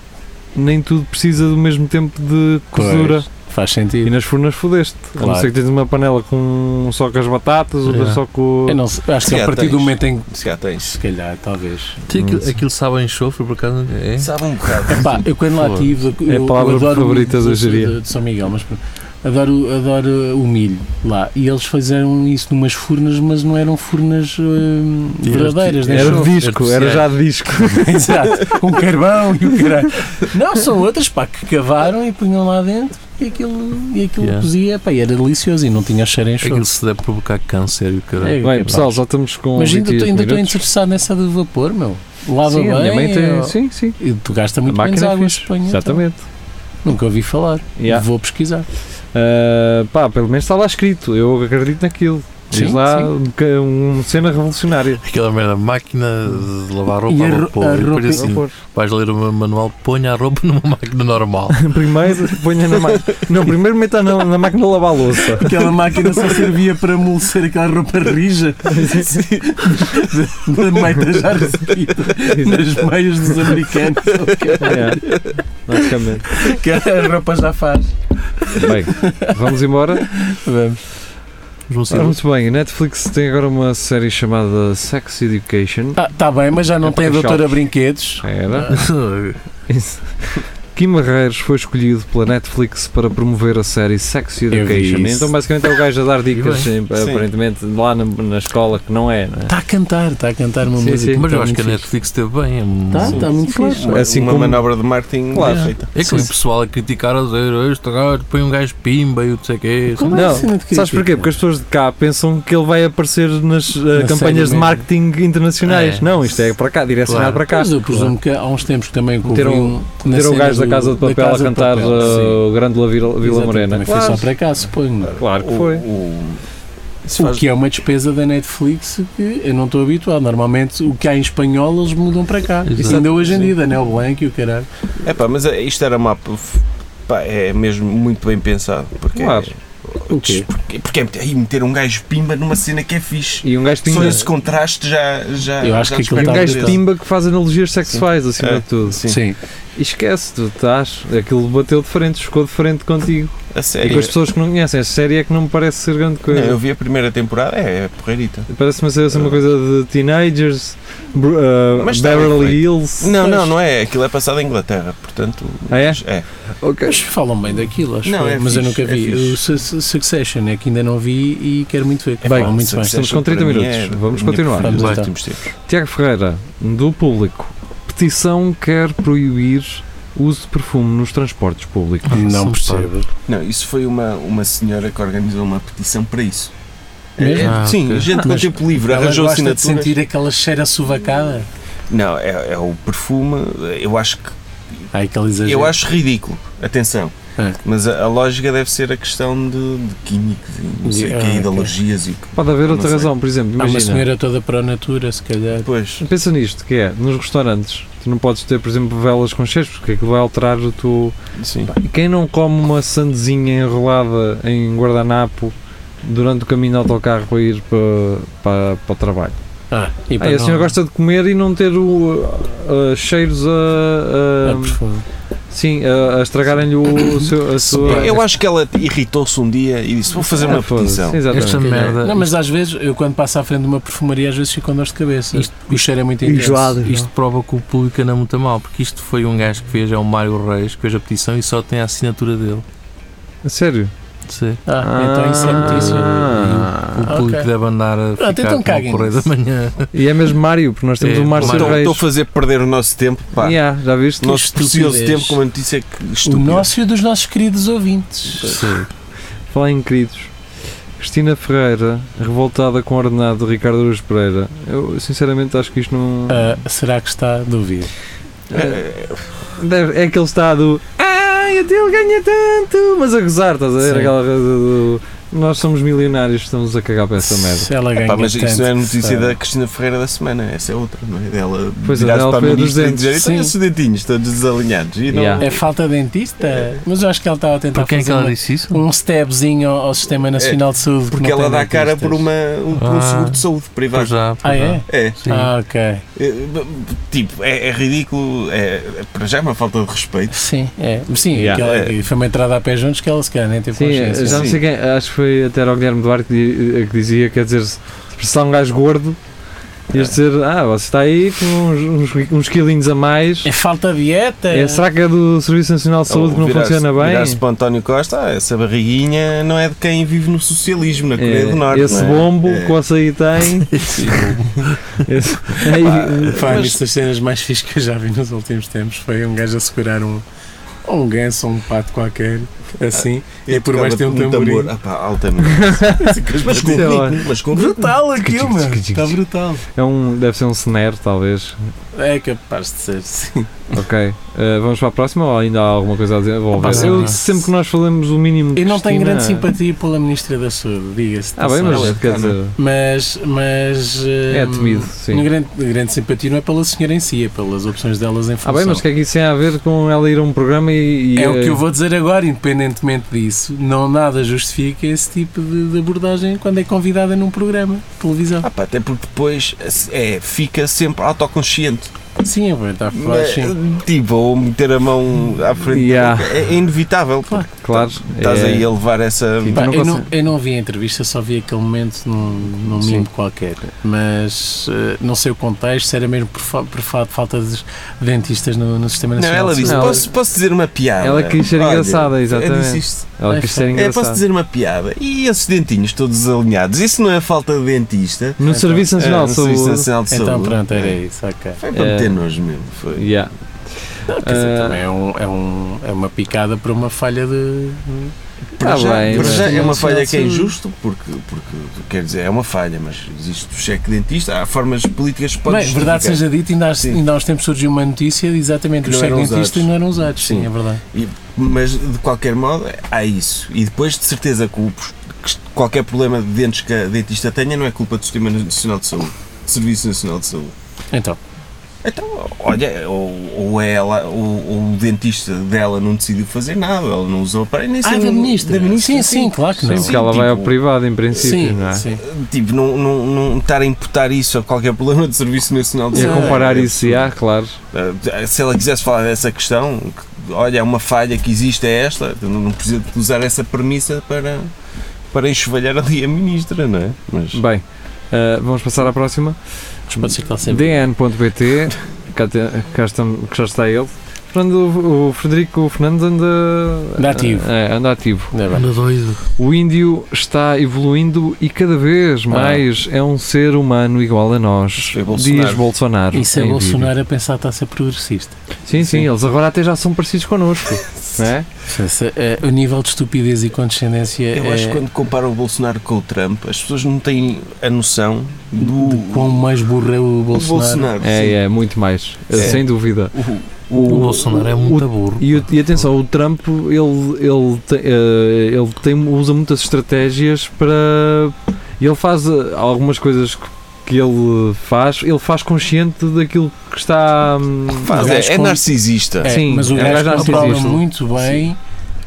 Speaker 3: nem tudo precisa do mesmo tempo de
Speaker 4: Pois,
Speaker 3: cozura.
Speaker 4: Faz
Speaker 3: E
Speaker 4: sentido.
Speaker 3: nas furnas fodeste. A não
Speaker 4: Claro.
Speaker 3: ser que tens uma panela com um só com as batatas, outra
Speaker 6: Yeah.
Speaker 3: só com.
Speaker 4: Eu É, não sei, acho que
Speaker 5: Se
Speaker 4: a
Speaker 5: há
Speaker 4: partir do
Speaker 5: tens.
Speaker 4: momento em que.
Speaker 5: Se cá tens.
Speaker 4: Se calhar, talvez.
Speaker 6: Tem Aquilo, aquilo sabe a enxofre, por acaso. É?
Speaker 5: Sabe um bocado.
Speaker 4: Pá, eu quando lá
Speaker 6: Fogo.
Speaker 4: estive.
Speaker 3: É a
Speaker 4: eu-
Speaker 3: palavra
Speaker 4: eu adoro o
Speaker 3: favorita
Speaker 4: milho
Speaker 3: da
Speaker 4: de-
Speaker 3: geria.
Speaker 4: de- de São Miguel, mas pronto. Adoro, adoro o milho lá. E eles fizeram isso numas furnas, mas não eram furnas hum,
Speaker 6: E era
Speaker 4: verdadeiras.
Speaker 6: tipo-
Speaker 4: nem
Speaker 3: Era
Speaker 4: são.
Speaker 3: disco, era
Speaker 4: É.
Speaker 3: já disco.
Speaker 4: Exato. Com carvão e o caralho. Não, são outras, pá, que cavaram e punham lá dentro e aquilo, e aquilo
Speaker 6: Yeah.
Speaker 4: cozia. Pá, e era delicioso e não tinha cheiro em
Speaker 6: Aquilo
Speaker 4: choro.
Speaker 6: se deve provocar câncer e o caralho.
Speaker 4: É,
Speaker 3: Bem,
Speaker 4: capaz.
Speaker 3: pessoal, já estamos com.
Speaker 4: Mas ainda
Speaker 3: 28
Speaker 4: estou- ainda estou
Speaker 3: minutos.
Speaker 4: interessado nessa de vapor, meu. Lava
Speaker 3: Sim,
Speaker 4: bem.
Speaker 3: a minha mãe tem.
Speaker 4: ó.
Speaker 3: Sim, sim.
Speaker 4: E tu gasta
Speaker 3: A
Speaker 4: muito menos
Speaker 3: máquina é
Speaker 4: água em
Speaker 3: fixe.
Speaker 4: Espanha. então.
Speaker 3: Exatamente.
Speaker 4: Nunca ouvi falar.
Speaker 3: Yeah. Uh,
Speaker 4: Vou pesquisar.
Speaker 3: Ah, pá, pelo menos está lá escrito. Eu acredito naquilo. Diz
Speaker 4: Sim,
Speaker 3: lá
Speaker 4: sim.
Speaker 3: que- uma cena revolucionária.
Speaker 6: Aquela merda, máquina de lavar
Speaker 4: E
Speaker 6: roupa
Speaker 4: a
Speaker 6: a
Speaker 4: ro-
Speaker 6: vapor.
Speaker 4: a
Speaker 6: E depois
Speaker 4: roupa-
Speaker 6: assim,
Speaker 3: Vapor.
Speaker 6: vais ler o meu manual, ponha a roupa numa máquina normal.
Speaker 3: Primeiro ponha na máquina. Não, primeiro meta na, na máquina de lavar a louça.
Speaker 4: Aquela máquina só servia para amolecer aquela roupa rija da meita já recebida nas meias dos americanos.
Speaker 3: É, basicamente.
Speaker 4: Que a roupa já faz.
Speaker 3: Bem, vamos embora.
Speaker 4: Vamos.
Speaker 6: Vamos
Speaker 3: Ora,
Speaker 6: sair.
Speaker 3: muito bem, a Netflix tem agora uma série chamada Sex Education.
Speaker 4: Ah, tá bem, mas já não
Speaker 3: É
Speaker 4: tem a
Speaker 3: para
Speaker 4: doutora
Speaker 3: choques.
Speaker 4: Brinquedos.
Speaker 3: Era. Isso. Kim Barreiros foi escolhido pela Netflix para promover a série Sex Education.
Speaker 4: isso.
Speaker 3: Então, basicamente, é o gajo a dar dicas,
Speaker 6: E
Speaker 3: sempre, aparentemente, lá na, na escola, que não é, não é?
Speaker 4: Está Tá a cantar, está a cantar uma
Speaker 3: Sim,
Speaker 4: música.
Speaker 3: sim.
Speaker 6: Mas eu acho que
Speaker 4: Está
Speaker 6: a
Speaker 4: tá muito
Speaker 6: Netflix esteve bem. é um-
Speaker 4: Tá,
Speaker 6: Sim.
Speaker 4: tá muito fixe.
Speaker 5: Uma,
Speaker 3: Assim
Speaker 5: uma
Speaker 3: como-
Speaker 5: manobra de marketing
Speaker 3: Claro.
Speaker 5: bem feita.
Speaker 6: É que o pessoal a criticar a dizer, "Oh, este gajo põe um gajo pimba e o que sei quê.
Speaker 4: Como é
Speaker 3: Não,
Speaker 4: que se não te
Speaker 3: Sabes
Speaker 4: critica?
Speaker 3: porquê? Porque as pessoas de cá pensam que ele vai aparecer nas eh,
Speaker 4: Na série
Speaker 3: campanhas de
Speaker 4: mesmo.
Speaker 3: marketing internacionais.
Speaker 6: É.
Speaker 3: Não, isto é para cá, direcionado
Speaker 6: Claro.
Speaker 3: para cá.
Speaker 4: Mas eu presumo que há uns tempos que também que
Speaker 3: Meteram-
Speaker 4: ouvi um- na
Speaker 3: Ter o
Speaker 4: cena
Speaker 3: gajo da
Speaker 4: do-
Speaker 3: Casa de Papel
Speaker 4: Casa
Speaker 3: a
Speaker 4: de
Speaker 3: cantar
Speaker 4: Papel,
Speaker 3: eh,
Speaker 4: sim.
Speaker 3: o Grande La Vila, Vila
Speaker 4: Exatamente,
Speaker 3: Morena.
Speaker 4: Também foi só
Speaker 3: Claro,
Speaker 4: para cá, suponho.
Speaker 3: claro que foi.
Speaker 5: O-
Speaker 4: O que é uma despesa da Netflix que eu não estou habituado. Normalmente o que há em espanhol eles mudam para cá. Isso
Speaker 6: Exato.
Speaker 4: ainda hoje em dia, Daniel Blanc e o caralho.
Speaker 5: É pá, mas eh, isto era mapa. f- Pá, é mesmo muito bem pensado. Porque,
Speaker 3: Claro.
Speaker 4: O quê?
Speaker 5: porque, porque é meter, aí meter um gajo pimba numa cena que é fixe.
Speaker 3: E um gajo
Speaker 5: Só
Speaker 3: tinha.
Speaker 5: esse contraste já. já
Speaker 4: Eu acho
Speaker 5: já
Speaker 4: que aquilo
Speaker 3: E
Speaker 5: desperta
Speaker 3: um
Speaker 4: tá
Speaker 3: gajo
Speaker 5: interesse.
Speaker 3: timba que faz analogias sexuais, acima
Speaker 5: É.
Speaker 3: de tudo.
Speaker 5: Sim.
Speaker 3: E esquece, tu estás. Aquilo bateu de frente, chocou de frente contigo.
Speaker 5: A
Speaker 3: E
Speaker 5: sério.
Speaker 3: com as pessoas que não conhecem, a série é que não me parece ser grande
Speaker 5: É Não,
Speaker 3: coisa.
Speaker 5: eu vi a primeira temporada, é, é porreirita.
Speaker 3: Parece-me ser assim, uma coisa de teenagers, br- uh,
Speaker 5: Mas está bem feito.
Speaker 3: Beverly Hills.
Speaker 5: Não, não, não é. Aquilo é passado em Inglaterra, portanto.
Speaker 3: Ah, é?
Speaker 5: É.
Speaker 3: Ok.
Speaker 4: Mas falam bem daquilo, acho
Speaker 5: Não,
Speaker 4: que-
Speaker 5: é
Speaker 4: mas eu
Speaker 5: fixe,
Speaker 4: nunca
Speaker 5: é
Speaker 4: vi.
Speaker 5: fixe.
Speaker 4: o Su- Su- Succession é que ainda não vi e quero muito ver.
Speaker 5: É,
Speaker 4: Falam
Speaker 5: pá,
Speaker 4: muito bem.
Speaker 5: Succession
Speaker 3: Estamos com 30
Speaker 5: para mim
Speaker 3: minutos.
Speaker 5: é a
Speaker 3: Vamos
Speaker 5: minha
Speaker 3: continuar.
Speaker 5: preferida dos
Speaker 4: Vamos lá.
Speaker 5: últimos tempos.
Speaker 3: Tiago Ferreira, do público. Petição quer proibir uso de perfume nos transportes públicos.
Speaker 4: Não
Speaker 6: São
Speaker 4: percebo.
Speaker 5: Não, isso foi uma, uma senhora que organizou uma petição para isso. É,
Speaker 4: Mesmo?
Speaker 6: Ah,
Speaker 5: Sim,
Speaker 6: ok.
Speaker 5: gente com
Speaker 4: Mas
Speaker 5: tempo livre,
Speaker 4: Ela
Speaker 5: arranjou
Speaker 4: gosta de
Speaker 5: assinaturas.
Speaker 4: sentir aquela cheira suvacada.
Speaker 5: Não, é, é o perfume, eu acho que
Speaker 4: Há aquele exagero.
Speaker 5: eu acho ridículo, atenção.
Speaker 4: É.
Speaker 5: Mas a, a lógica deve ser a questão de, de químicos e não sei
Speaker 4: De-
Speaker 5: o
Speaker 4: ah,
Speaker 5: quê, e de
Speaker 4: ok.
Speaker 5: alergias e
Speaker 3: Pode haver
Speaker 5: Ah, Não
Speaker 3: outra
Speaker 5: sei.
Speaker 3: razão, por exemplo,
Speaker 4: Há uma
Speaker 3: imagina.
Speaker 4: senhora toda para a natura, se calhar.
Speaker 5: depois.
Speaker 3: Pensa nisto, que é, nos restaurantes, tu não podes ter, por exemplo, velas com cheiros, porque aquilo vai alterar o teu,
Speaker 5: Sim.
Speaker 3: E Quem não come uma sandezinha enrolada em guardanapo durante o caminho do autocarro para ir para, para, para o trabalho?
Speaker 4: Ah, e
Speaker 3: Ah, e a senhora gosta de comer e não ter o, ah, cheiros a, a- sim, a, a estragarem-lhe o, seu, a
Speaker 4: é-
Speaker 3: sua...
Speaker 5: Eu acho que ela irritou-se um dia e disse: Vou fazer uma
Speaker 3: Ah, foda-se,
Speaker 5: petição.
Speaker 3: Exatamente.
Speaker 6: Esta merda.
Speaker 4: Não, mas às vezes, eu quando passo à frente de uma perfumaria, às vezes fico com dor de cabeça.
Speaker 6: Isto-
Speaker 4: o cheiro é muito intenso.
Speaker 6: Isto prova que o público anda muito a mal, porque isto foi um gajo que fez, é o Mário Reis, que fez a petição e só tem a assinatura dele.
Speaker 3: A Sério?
Speaker 6: Sim.
Speaker 4: Ah, então isso é notícia.
Speaker 5: Ah.
Speaker 3: Ah.
Speaker 6: E o, o público
Speaker 4: Ah, Ok.
Speaker 6: deve andar a
Speaker 4: Pronto,
Speaker 6: ficar
Speaker 4: então
Speaker 6: com o
Speaker 4: caguem
Speaker 6: correio da
Speaker 4: nisso.
Speaker 6: manhã.
Speaker 3: E é mesmo Mário, porque nós temos
Speaker 6: É,
Speaker 3: o Mário
Speaker 5: Estou,
Speaker 3: Reis.
Speaker 5: estou a fazer perder o nosso tempo, pá.
Speaker 3: Yeah, já viste?
Speaker 5: O nosso
Speaker 4: Que
Speaker 5: precioso
Speaker 4: estupidez.
Speaker 5: tempo com uma notícia que
Speaker 4: O
Speaker 5: estúpida.
Speaker 4: nosso e o dos nossos queridos ouvintes.
Speaker 6: Sim.
Speaker 3: Falar em queridos. Cristina Ferreira, revoltada com o ordenado de Ricardo Aruz Pereira. Eu sinceramente acho que isto não...
Speaker 4: Ah, será que está a duvido?
Speaker 5: É,
Speaker 3: Deve- é aquele estado. Ai, até ele ganha tanto! Mas a gozar, estás a ver?
Speaker 4: Sim.
Speaker 3: Aquela coisa do. Nós somos milionários, estamos a cagar para essa merda.
Speaker 4: Se ela ganha
Speaker 5: pá, mas isso
Speaker 4: tanto, ah,
Speaker 5: não é a notícia
Speaker 4: sabe?
Speaker 5: da Cristina Ferreira da semana, essa é outra, não é? Dela
Speaker 3: Pois é,
Speaker 5: virar-se
Speaker 3: dela
Speaker 5: para a
Speaker 3: foi a dos
Speaker 5: ministra e
Speaker 3: dentes,
Speaker 5: dizer: Então,
Speaker 4: sim.
Speaker 5: e esses dentinhos todos desalinhados. E não,
Speaker 3: Yeah.
Speaker 4: É falta de dentista? Mas eu acho que ela estava a tentar
Speaker 6: Por quem é que
Speaker 4: fazer
Speaker 6: ela
Speaker 4: uma-
Speaker 6: disse isso?
Speaker 4: um stepzinho ao, ao Sistema Nacional de Saúde. que
Speaker 5: Porque
Speaker 4: não
Speaker 5: ela
Speaker 4: tem
Speaker 5: dá a cara
Speaker 4: dentistas.
Speaker 5: por, uma, um, por um
Speaker 6: Ah.
Speaker 5: seguro de saúde
Speaker 6: Pois
Speaker 5: privado.
Speaker 6: já, pois
Speaker 4: Ah, é?
Speaker 6: já.
Speaker 5: É,
Speaker 6: Sim.
Speaker 4: Ah, ok.
Speaker 5: é, b- b- tipo, é, é ridículo, é, é, para já é uma falta de respeito.
Speaker 4: Sim, é. Sim,
Speaker 3: Yeah.
Speaker 4: aquela-
Speaker 5: É.
Speaker 4: foi uma entrada a pé juntos que ela se calhar nem teve
Speaker 3: Sim, é, eh,
Speaker 4: consciência.
Speaker 3: já não
Speaker 5: sim.
Speaker 3: sei quem, acho que foi até era o Guilherme Duarte que di- eh, que dizia, quer dizer, se precisar um gajo gordo, ias dizer, ah, você está aí com uns, uns, uns quilinhos a mais.
Speaker 4: É falta de dieta.
Speaker 3: É, será que é do Serviço Nacional de Saúde que não
Speaker 5: Virar-se-
Speaker 3: funciona bem?
Speaker 5: Virar-se para o António Costa, ah, essa barriguinha não é de quem vive no socialismo, na Coreia do
Speaker 3: É,
Speaker 5: Norte.
Speaker 3: esse
Speaker 5: não é?
Speaker 3: bombo
Speaker 5: É.
Speaker 3: que você aí tem. Esse- aí-
Speaker 4: Pá,
Speaker 5: Mas-
Speaker 4: uma das cenas mais fixas que eu já vi nos últimos tempos foi um gajo a segurar um, ou um ganso ou um pato qualquer assim, e
Speaker 5: Eu
Speaker 4: por mais tem um
Speaker 5: tocava
Speaker 4: tamborim.
Speaker 5: Ah, pá, altamente. mas com
Speaker 3: Isso é ótimo.
Speaker 5: mas com
Speaker 4: Brutal aquilo, mano. Está
Speaker 5: Tá
Speaker 4: brutal.
Speaker 3: É um, deve ser um snare, talvez.
Speaker 4: É capaz de ser, sim.
Speaker 3: Ok. Eh, vamos para a próxima ou ainda há alguma coisa a desenvolver?
Speaker 4: Opa, sei
Speaker 3: Eu,
Speaker 4: lá.
Speaker 3: sempre que nós falamos o mínimo de
Speaker 4: Eu não tenho
Speaker 3: Cristina-
Speaker 4: grande simpatia pela Ministra da Saúde, diga-se.
Speaker 3: Ah, bem,
Speaker 4: Ela é
Speaker 3: mas quer
Speaker 5: bacana.
Speaker 3: dizer,
Speaker 4: Mas, mas
Speaker 3: é
Speaker 4: hum,
Speaker 3: temido, sim.
Speaker 4: Minha grande, grande simpatia não é pela senhora em si, é pelas opções delas em
Speaker 3: Ah,
Speaker 4: função.
Speaker 3: bem, mas o que é que isso tem a ver com ela ir a um programa e. e,
Speaker 4: É o que
Speaker 3: eh,
Speaker 4: eu vou dizer agora, independentemente disso. Não nada justifica esse tipo de, de abordagem quando é convidada num programa de televisão.
Speaker 5: Ah, pá, até porque depois é, fica sempre autoconsciente.
Speaker 4: Sim, é verdade.
Speaker 5: Mas,
Speaker 4: sim.
Speaker 5: Tipo, ou meter a mão à frente.
Speaker 3: Yeah.
Speaker 5: É, é inevitável. Claro.
Speaker 3: eh, Claro.
Speaker 5: Estás
Speaker 3: é-
Speaker 5: aí a levar essa.
Speaker 3: Sim.
Speaker 4: Pá,
Speaker 3: não
Speaker 4: eu, não,
Speaker 3: consigo.
Speaker 4: eu não vi a entrevista, só vi aquele momento num, num
Speaker 3: Sim.
Speaker 4: mimo qualquer. Mas eh, não sei o contexto, se era mesmo por, fa- por fa- falta de dentistas no, no Sistema
Speaker 5: Não,
Speaker 4: Nacional.
Speaker 5: ela
Speaker 4: de
Speaker 5: disse:
Speaker 4: Saúde.
Speaker 3: Ela-
Speaker 5: posso, posso dizer uma piada?
Speaker 3: Ela quis ser
Speaker 5: Olha,
Speaker 3: engraçada,
Speaker 5: eu
Speaker 3: exatamente.
Speaker 5: disse isto.
Speaker 3: Ela
Speaker 4: É,
Speaker 3: quis ser
Speaker 5: É, posso
Speaker 3: engraçada.
Speaker 5: dizer uma piada? E esses dentinhos todos alinhados? Isso não é falta de dentista?
Speaker 3: No Serviço
Speaker 5: É,
Speaker 3: Nacional de
Speaker 5: no Serviço
Speaker 3: Saúde.
Speaker 5: Nacional de
Speaker 4: Então
Speaker 5: Saúde.
Speaker 4: pronto, era isso, ok.
Speaker 5: Foi para
Speaker 3: É.
Speaker 5: meter nojo mesmo. Foi.
Speaker 3: Yeah.
Speaker 4: Quer dizer,
Speaker 3: Ah.
Speaker 4: também é, um, é, um, é uma picada para uma falha de.
Speaker 3: Tá
Speaker 5: Para já,
Speaker 3: bem,
Speaker 5: para
Speaker 3: mas-
Speaker 5: já é uma
Speaker 4: mas-
Speaker 5: falha que é
Speaker 4: Sim.
Speaker 5: injusto, porque, porque quer dizer, é uma falha, mas existe o cheque dentista, há formas políticas que podem.
Speaker 4: Bem, verdade
Speaker 5: justificar.
Speaker 4: seja dita, ainda, há-
Speaker 5: Sim.
Speaker 4: ainda há uns tempos surgiu uma notícia de exatamente
Speaker 5: Que
Speaker 4: os
Speaker 5: não eram
Speaker 4: segmentistas
Speaker 5: usados.
Speaker 4: não eram usados. Sim,
Speaker 5: Sim.
Speaker 4: é verdade.
Speaker 5: Mas de qualquer modo, há isso. E depois, de certeza, que, o, que qualquer problema de dentes que a dentista tenha não é culpa do Sistema Nacional de Saúde, Serviço Nacional de Saúde.
Speaker 4: Então,
Speaker 5: Então, olha, ou, ou é ela, ou, ou o dentista dela não decidiu fazer nada, ela não usou para nem sei-
Speaker 4: Ah, Sim, sim, claro que não.
Speaker 3: Sim,
Speaker 5: Sim,
Speaker 3: porque é ela vai ao
Speaker 5: tipo-
Speaker 3: privado, em princípio,
Speaker 4: Sim,
Speaker 3: não é?
Speaker 4: sim.
Speaker 5: Tipo, não, não, não estar a imputar isso a qualquer problema do Serviço Nacional de
Speaker 3: E a
Speaker 5: Saúde.
Speaker 4: É.
Speaker 3: comparar isso, e ah, claro.
Speaker 5: Ah, Se ela quisesse falar dessa questão, que, olha, é uma falha que existe, é esta, não não precisa de usar essa premissa para, para enxovalhar ali a ministra, não é? Mas
Speaker 3: Bem, eh, vamos passar à próxima.
Speaker 4: Mas pode ser que está sempre.
Speaker 3: dn.pt, cá, te- cá estamos- cá está ele. Fernando, o- o Frederico Fernandes anda,
Speaker 4: Anda ativo.
Speaker 3: É, anda ativo.
Speaker 4: Ainda bem.
Speaker 6: Anda doido.
Speaker 3: O índio está evoluindo e cada vez mais é um ser humano igual a nós,
Speaker 5: Foi Bolsonaro.
Speaker 3: diz Bolsonaro.
Speaker 4: Isso é
Speaker 3: em
Speaker 4: Bolsonaro a pensar que está a ser progressista.
Speaker 3: vídeo. Sim, sim, eles agora até já são parecidos connosco. não é?
Speaker 4: Essa- é, o nível de estupidez e condescendência
Speaker 5: eu
Speaker 4: é
Speaker 5: acho que quando compara o Bolsonaro com o Trump, as pessoas não têm a noção do.
Speaker 4: de quão mais burro é o
Speaker 5: o
Speaker 4: Bolsonaro.
Speaker 5: sim.
Speaker 3: é, é, muito mais,
Speaker 5: É.
Speaker 3: sem dúvida.
Speaker 5: O,
Speaker 6: O Bolsonaro é muito burro.
Speaker 3: E, o- e atenção, o Trump ele, ele, te- eh, ele tem, usa muitas estratégias para. Ele faz eh, algumas coisas que- que ele faz, ele faz consciente daquilo que está. hum,
Speaker 5: Faz,
Speaker 4: Mas
Speaker 5: é, é
Speaker 4: com-
Speaker 5: narcisista.
Speaker 4: É,
Speaker 3: Sim,
Speaker 4: mas o
Speaker 3: é um gajo
Speaker 4: gajo controla
Speaker 3: narcisista.
Speaker 4: muito bem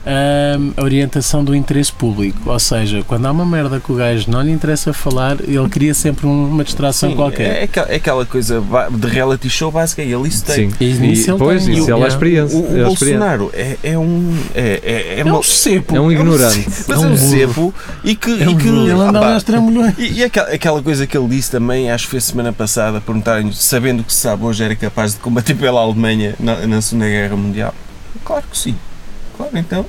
Speaker 4: hum, a orientação do interesse público. Ou seja, quando há uma merda que o gajo não lhe interessa falar, ele cria sempre um- uma distração
Speaker 5: Sim,
Speaker 4: qualquer.
Speaker 5: É, aquela- é aquela coisa ba- de reality show básica e ele isso tem.
Speaker 3: Sim,
Speaker 4: E nisso ele
Speaker 3: pois,
Speaker 4: tem-
Speaker 3: isso
Speaker 4: e o-
Speaker 3: ela é
Speaker 4: é.
Speaker 3: experiência.
Speaker 5: O,
Speaker 3: é
Speaker 5: o
Speaker 3: a experiência.
Speaker 5: Bolsonaro é, é um. É, é, é,
Speaker 4: É
Speaker 5: mau-
Speaker 4: um cepo.
Speaker 3: É um ignorante.
Speaker 5: Mas é
Speaker 6: É um
Speaker 5: um
Speaker 6: burro.
Speaker 5: cepo e que.
Speaker 4: É um
Speaker 5: e que
Speaker 4: Ele
Speaker 5: ah,
Speaker 4: anda
Speaker 5: pá,
Speaker 4: lá aos trambolhões.
Speaker 5: e, e aquela, aquela coisa que ele disse também, acho que foi semana passada, perguntarem sabendo que se sabe hoje era capaz de combater pela Alemanha na, na Segunda Guerra Mundial. Claro que sim. Claro, então.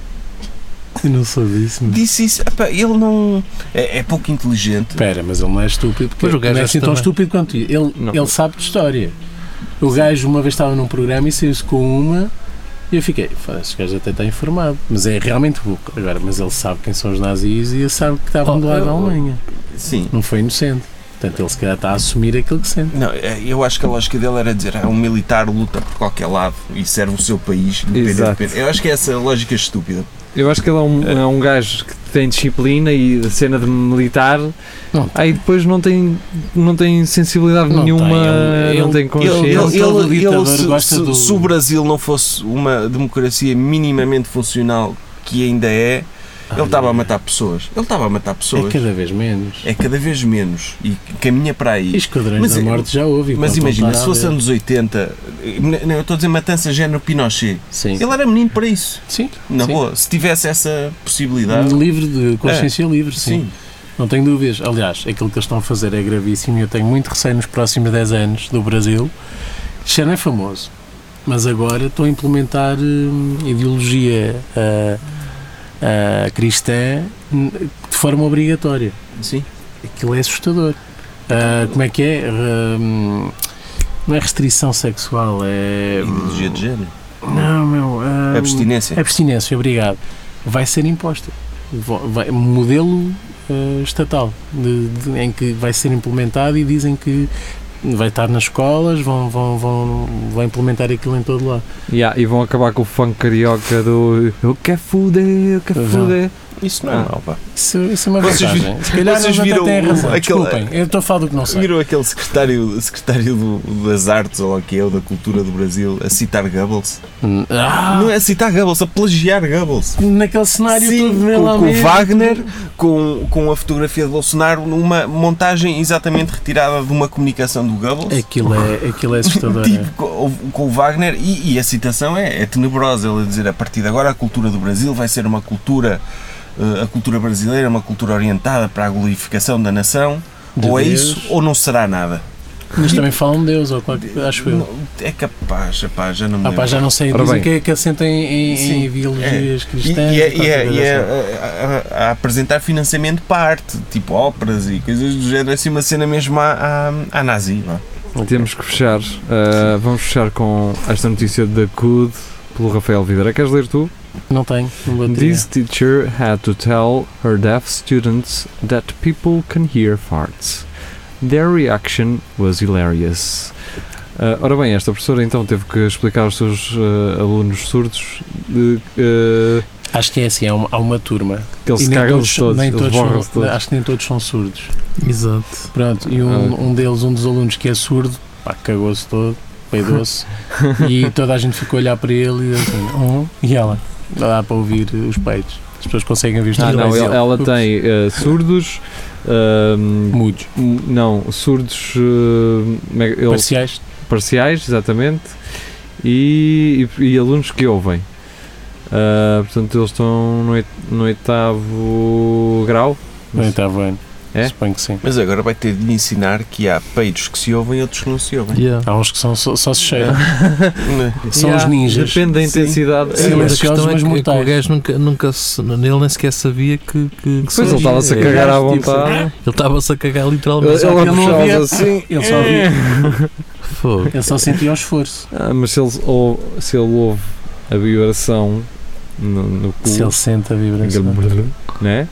Speaker 4: Eu não sou disso, mas-
Speaker 5: Disse isso. Ah, pá, ele não. É, é pouco inteligente.
Speaker 4: Espera, mas ele não é estúpido, porque
Speaker 6: Pois o gajo
Speaker 4: não é
Speaker 6: é
Speaker 4: assim tão
Speaker 6: também.
Speaker 4: estúpido quanto isso. ele.
Speaker 3: Não.
Speaker 4: Ele sabe de história. O gajo uma vez estava num programa e saiu-se com uma e eu fiquei, "Foda-se, este gajo até está informado, mas é realmente burro. Agora, mas ele sabe quem são os nazis e ele sabe que estavam
Speaker 6: Oh,
Speaker 4: do lado da
Speaker 6: eu-
Speaker 4: Alemanha.
Speaker 5: Sim.
Speaker 4: Não foi inocente. Portanto, ele se calhar está a assumir aquilo que sente.
Speaker 5: Não, é, eu acho que a lógica dele era dizer ah, um militar luta por qualquer lado e serve o seu país. independente-
Speaker 3: Exato.
Speaker 5: Eu acho que é essa lógica estúpida.
Speaker 3: Eu acho que ele é um, é um gajo que tem disciplina e a cena de militar.
Speaker 4: Não.
Speaker 3: Aí depois não tem, não tem sensibilidade
Speaker 4: Não tem,
Speaker 3: nenhuma,
Speaker 4: ele-
Speaker 3: não
Speaker 4: ele-
Speaker 3: tem consciência.
Speaker 4: ele- todo é um ditador
Speaker 5: se,
Speaker 4: gosta
Speaker 5: se-
Speaker 4: do-
Speaker 5: se o Brasil não fosse uma democracia minimamente funcional, que ainda é, ele estava a matar pessoas. Ele estava a matar
Speaker 4: É
Speaker 5: pessoas.
Speaker 4: cada vez menos.
Speaker 5: É cada vez menos e caminha para
Speaker 4: E
Speaker 5: aí.
Speaker 4: esquadrões
Speaker 5: Mas
Speaker 4: da
Speaker 5: é-
Speaker 4: morte já houve. e
Speaker 5: Mas
Speaker 4: pronto,
Speaker 5: imagina,
Speaker 4: não está
Speaker 5: se
Speaker 4: nada
Speaker 5: fosse
Speaker 4: a ver.
Speaker 5: anos 80, eh, não, eu estou a dizer matança género Pinochet.
Speaker 4: Sim.
Speaker 5: Ele era menino para isso.
Speaker 4: Sim.
Speaker 5: Na
Speaker 4: sim.
Speaker 5: boa, se tivesse essa possibilidade.
Speaker 4: Livre de consciência livre, sim.
Speaker 5: É. Sim.
Speaker 4: Não tenho dúvidas. Aliás, aquilo que eles estão a fazer é gravíssimo e eu tenho muito receio nos próximos 10 anos do Brasil. Já não é famoso, mas agora estão a implementar hum, ideologia ah, ah, cristã hum, de forma obrigatória.
Speaker 5: Sim.
Speaker 4: Aquilo é assustador. Ah, como é que é? Hum, não é restrição sexual, é. hum,
Speaker 5: Ideologia de género.
Speaker 4: Não, meu. ah,
Speaker 5: É Abstinência.
Speaker 4: Abstinência, obrigado. vai ser imposta. Vo- vai- modelo eh, estatal, de- de- em que vai ser implementado e dizem que vai estar nas escolas, vão, vão, vão, vão implementar aquilo em todo lado.
Speaker 3: Yeah, e vão acabar com o funk carioca do Eu quero fuder, eu quero
Speaker 4: Vão.
Speaker 3: fuder.
Speaker 5: Isso não é
Speaker 3: Ah.
Speaker 5: mau, pá.
Speaker 4: Isso, isso é uma
Speaker 5: Vocês vi-
Speaker 4: vantagem. Se calhar
Speaker 5: vocês
Speaker 4: eles até
Speaker 5: viram
Speaker 4: têm
Speaker 5: o-
Speaker 4: razão.
Speaker 5: aquele-
Speaker 4: Desculpem, eu estou a falar do que não sei.
Speaker 5: Viram aquele secretário, secretário do- das artes, ou o que é, ou da cultura do Brasil, a citar Goebbels?
Speaker 4: Ah,
Speaker 5: Não é a citar Goebbels, a plagiar Goebbels.
Speaker 4: naquele cenário
Speaker 5: Sim,
Speaker 4: todo
Speaker 5: com, com o
Speaker 4: melamento.
Speaker 5: Wagner, com, com a fotografia de Bolsonaro, numa montagem exatamente retirada de uma comunicação do Goebbels.
Speaker 4: Aquilo é, aquilo é assustador.
Speaker 5: Tipo, com, com o Wagner, e, e a citação é, é tenebrosa. Ele a dizer: a partir de agora, a cultura do Brasil vai ser uma cultura, eh, a cultura brasileira, é uma cultura orientada para a glorificação da nação.
Speaker 4: De
Speaker 5: ou é
Speaker 4: Deus.
Speaker 5: isso, ou não será nada.
Speaker 4: Mas também falam de Deus, ou qualquer, acho eu.
Speaker 5: Não, é capaz, rapaz, já não me
Speaker 4: Ah,
Speaker 5: lembro.
Speaker 4: pá, já não sei,
Speaker 3: Ora
Speaker 4: dizem
Speaker 3: bem.
Speaker 4: que é que assentem em, em
Speaker 5: Sim,
Speaker 4: ideologias
Speaker 5: E,
Speaker 4: cristãs.
Speaker 5: e, é- e, é-
Speaker 4: qualquer
Speaker 5: e
Speaker 4: coisa
Speaker 5: é
Speaker 4: assim.
Speaker 5: a, a- a apresentar financiamento para a arte, tipo óperas e coisas do género, assim uma cena mesmo à, à, à nazi. vá.
Speaker 3: Temos que fechar. Ah, vamos fechar com esta notícia da CUD pelo Rafael Vidra. Queres ler tu?
Speaker 4: Não tenho, não vou ter.
Speaker 3: This teacher had to tell her deaf students that people can hear farts. Their reaction was hilarious. Ah, ora bem, esta professora então teve que explicar aos seus ah, alunos surdos de, ah,
Speaker 4: Acho que é assim, há uma, há uma turma.
Speaker 3: que eles
Speaker 4: e nem
Speaker 3: cagam-se
Speaker 4: todos,
Speaker 3: todos,
Speaker 4: nem
Speaker 3: eles
Speaker 4: todos
Speaker 3: borram-se
Speaker 4: são,
Speaker 3: todos.
Speaker 4: Acho que nem todos são surdos.
Speaker 6: Exato.
Speaker 4: Pronto, e um,
Speaker 3: Ah.
Speaker 4: um deles, um dos alunos que é surdo, pá, cagou-se todo, peidou-se, e toda a gente ficou a olhar para ele e assim, "Hum?" e ela, dá para ouvir os peitos. As pessoas conseguem ver os
Speaker 3: Ah,
Speaker 4: teus
Speaker 3: não,
Speaker 4: peitos.
Speaker 3: ela, ela tem eh, surdos. ahm,
Speaker 4: Mudos,
Speaker 3: m- não, surdos eh, como é que- ele-
Speaker 4: parciais.
Speaker 3: parciais, exatamente, e, e- e alunos que ouvem. Ah, portanto, eles estão no, oit- no oitavo grau.
Speaker 4: Não estava ano.
Speaker 3: É?
Speaker 4: Suponho que sim.
Speaker 5: Mas agora vai ter de lhe ensinar que há peidos que se ouvem e outros que não se ouvem.
Speaker 6: Yeah.
Speaker 4: Há uns que são, só, só se cheiram.
Speaker 5: Não é?
Speaker 4: São
Speaker 3: Yeah,
Speaker 4: os ninjas.
Speaker 3: Depende da
Speaker 5: Sim.
Speaker 3: intensidade. Eh,
Speaker 4: Sim,
Speaker 3: Sim,
Speaker 4: mas
Speaker 6: a questão é
Speaker 4: mas
Speaker 6: que, é que
Speaker 4: mortais.
Speaker 6: o gajo nunca, nunca se, ele nem sequer sabia que. que, que
Speaker 3: Pois ele
Speaker 6: sabia.
Speaker 3: estava-se a
Speaker 6: É.
Speaker 3: cagar à
Speaker 4: tipo,
Speaker 3: vontade.
Speaker 6: Ele estava-se a cagar literalmente.
Speaker 3: Ele-
Speaker 6: Só que
Speaker 3: ele-
Speaker 6: não-
Speaker 3: puxava
Speaker 4: ouvia-
Speaker 3: assim.
Speaker 4: Ele só ouvia.
Speaker 6: Fogo.
Speaker 4: Ele só sentia o esforço.
Speaker 3: Ah, mas se ele, ou, se ele ouve a vibração no, no cu,
Speaker 4: Se ele sente a vibração.
Speaker 3: aquele brrr, né?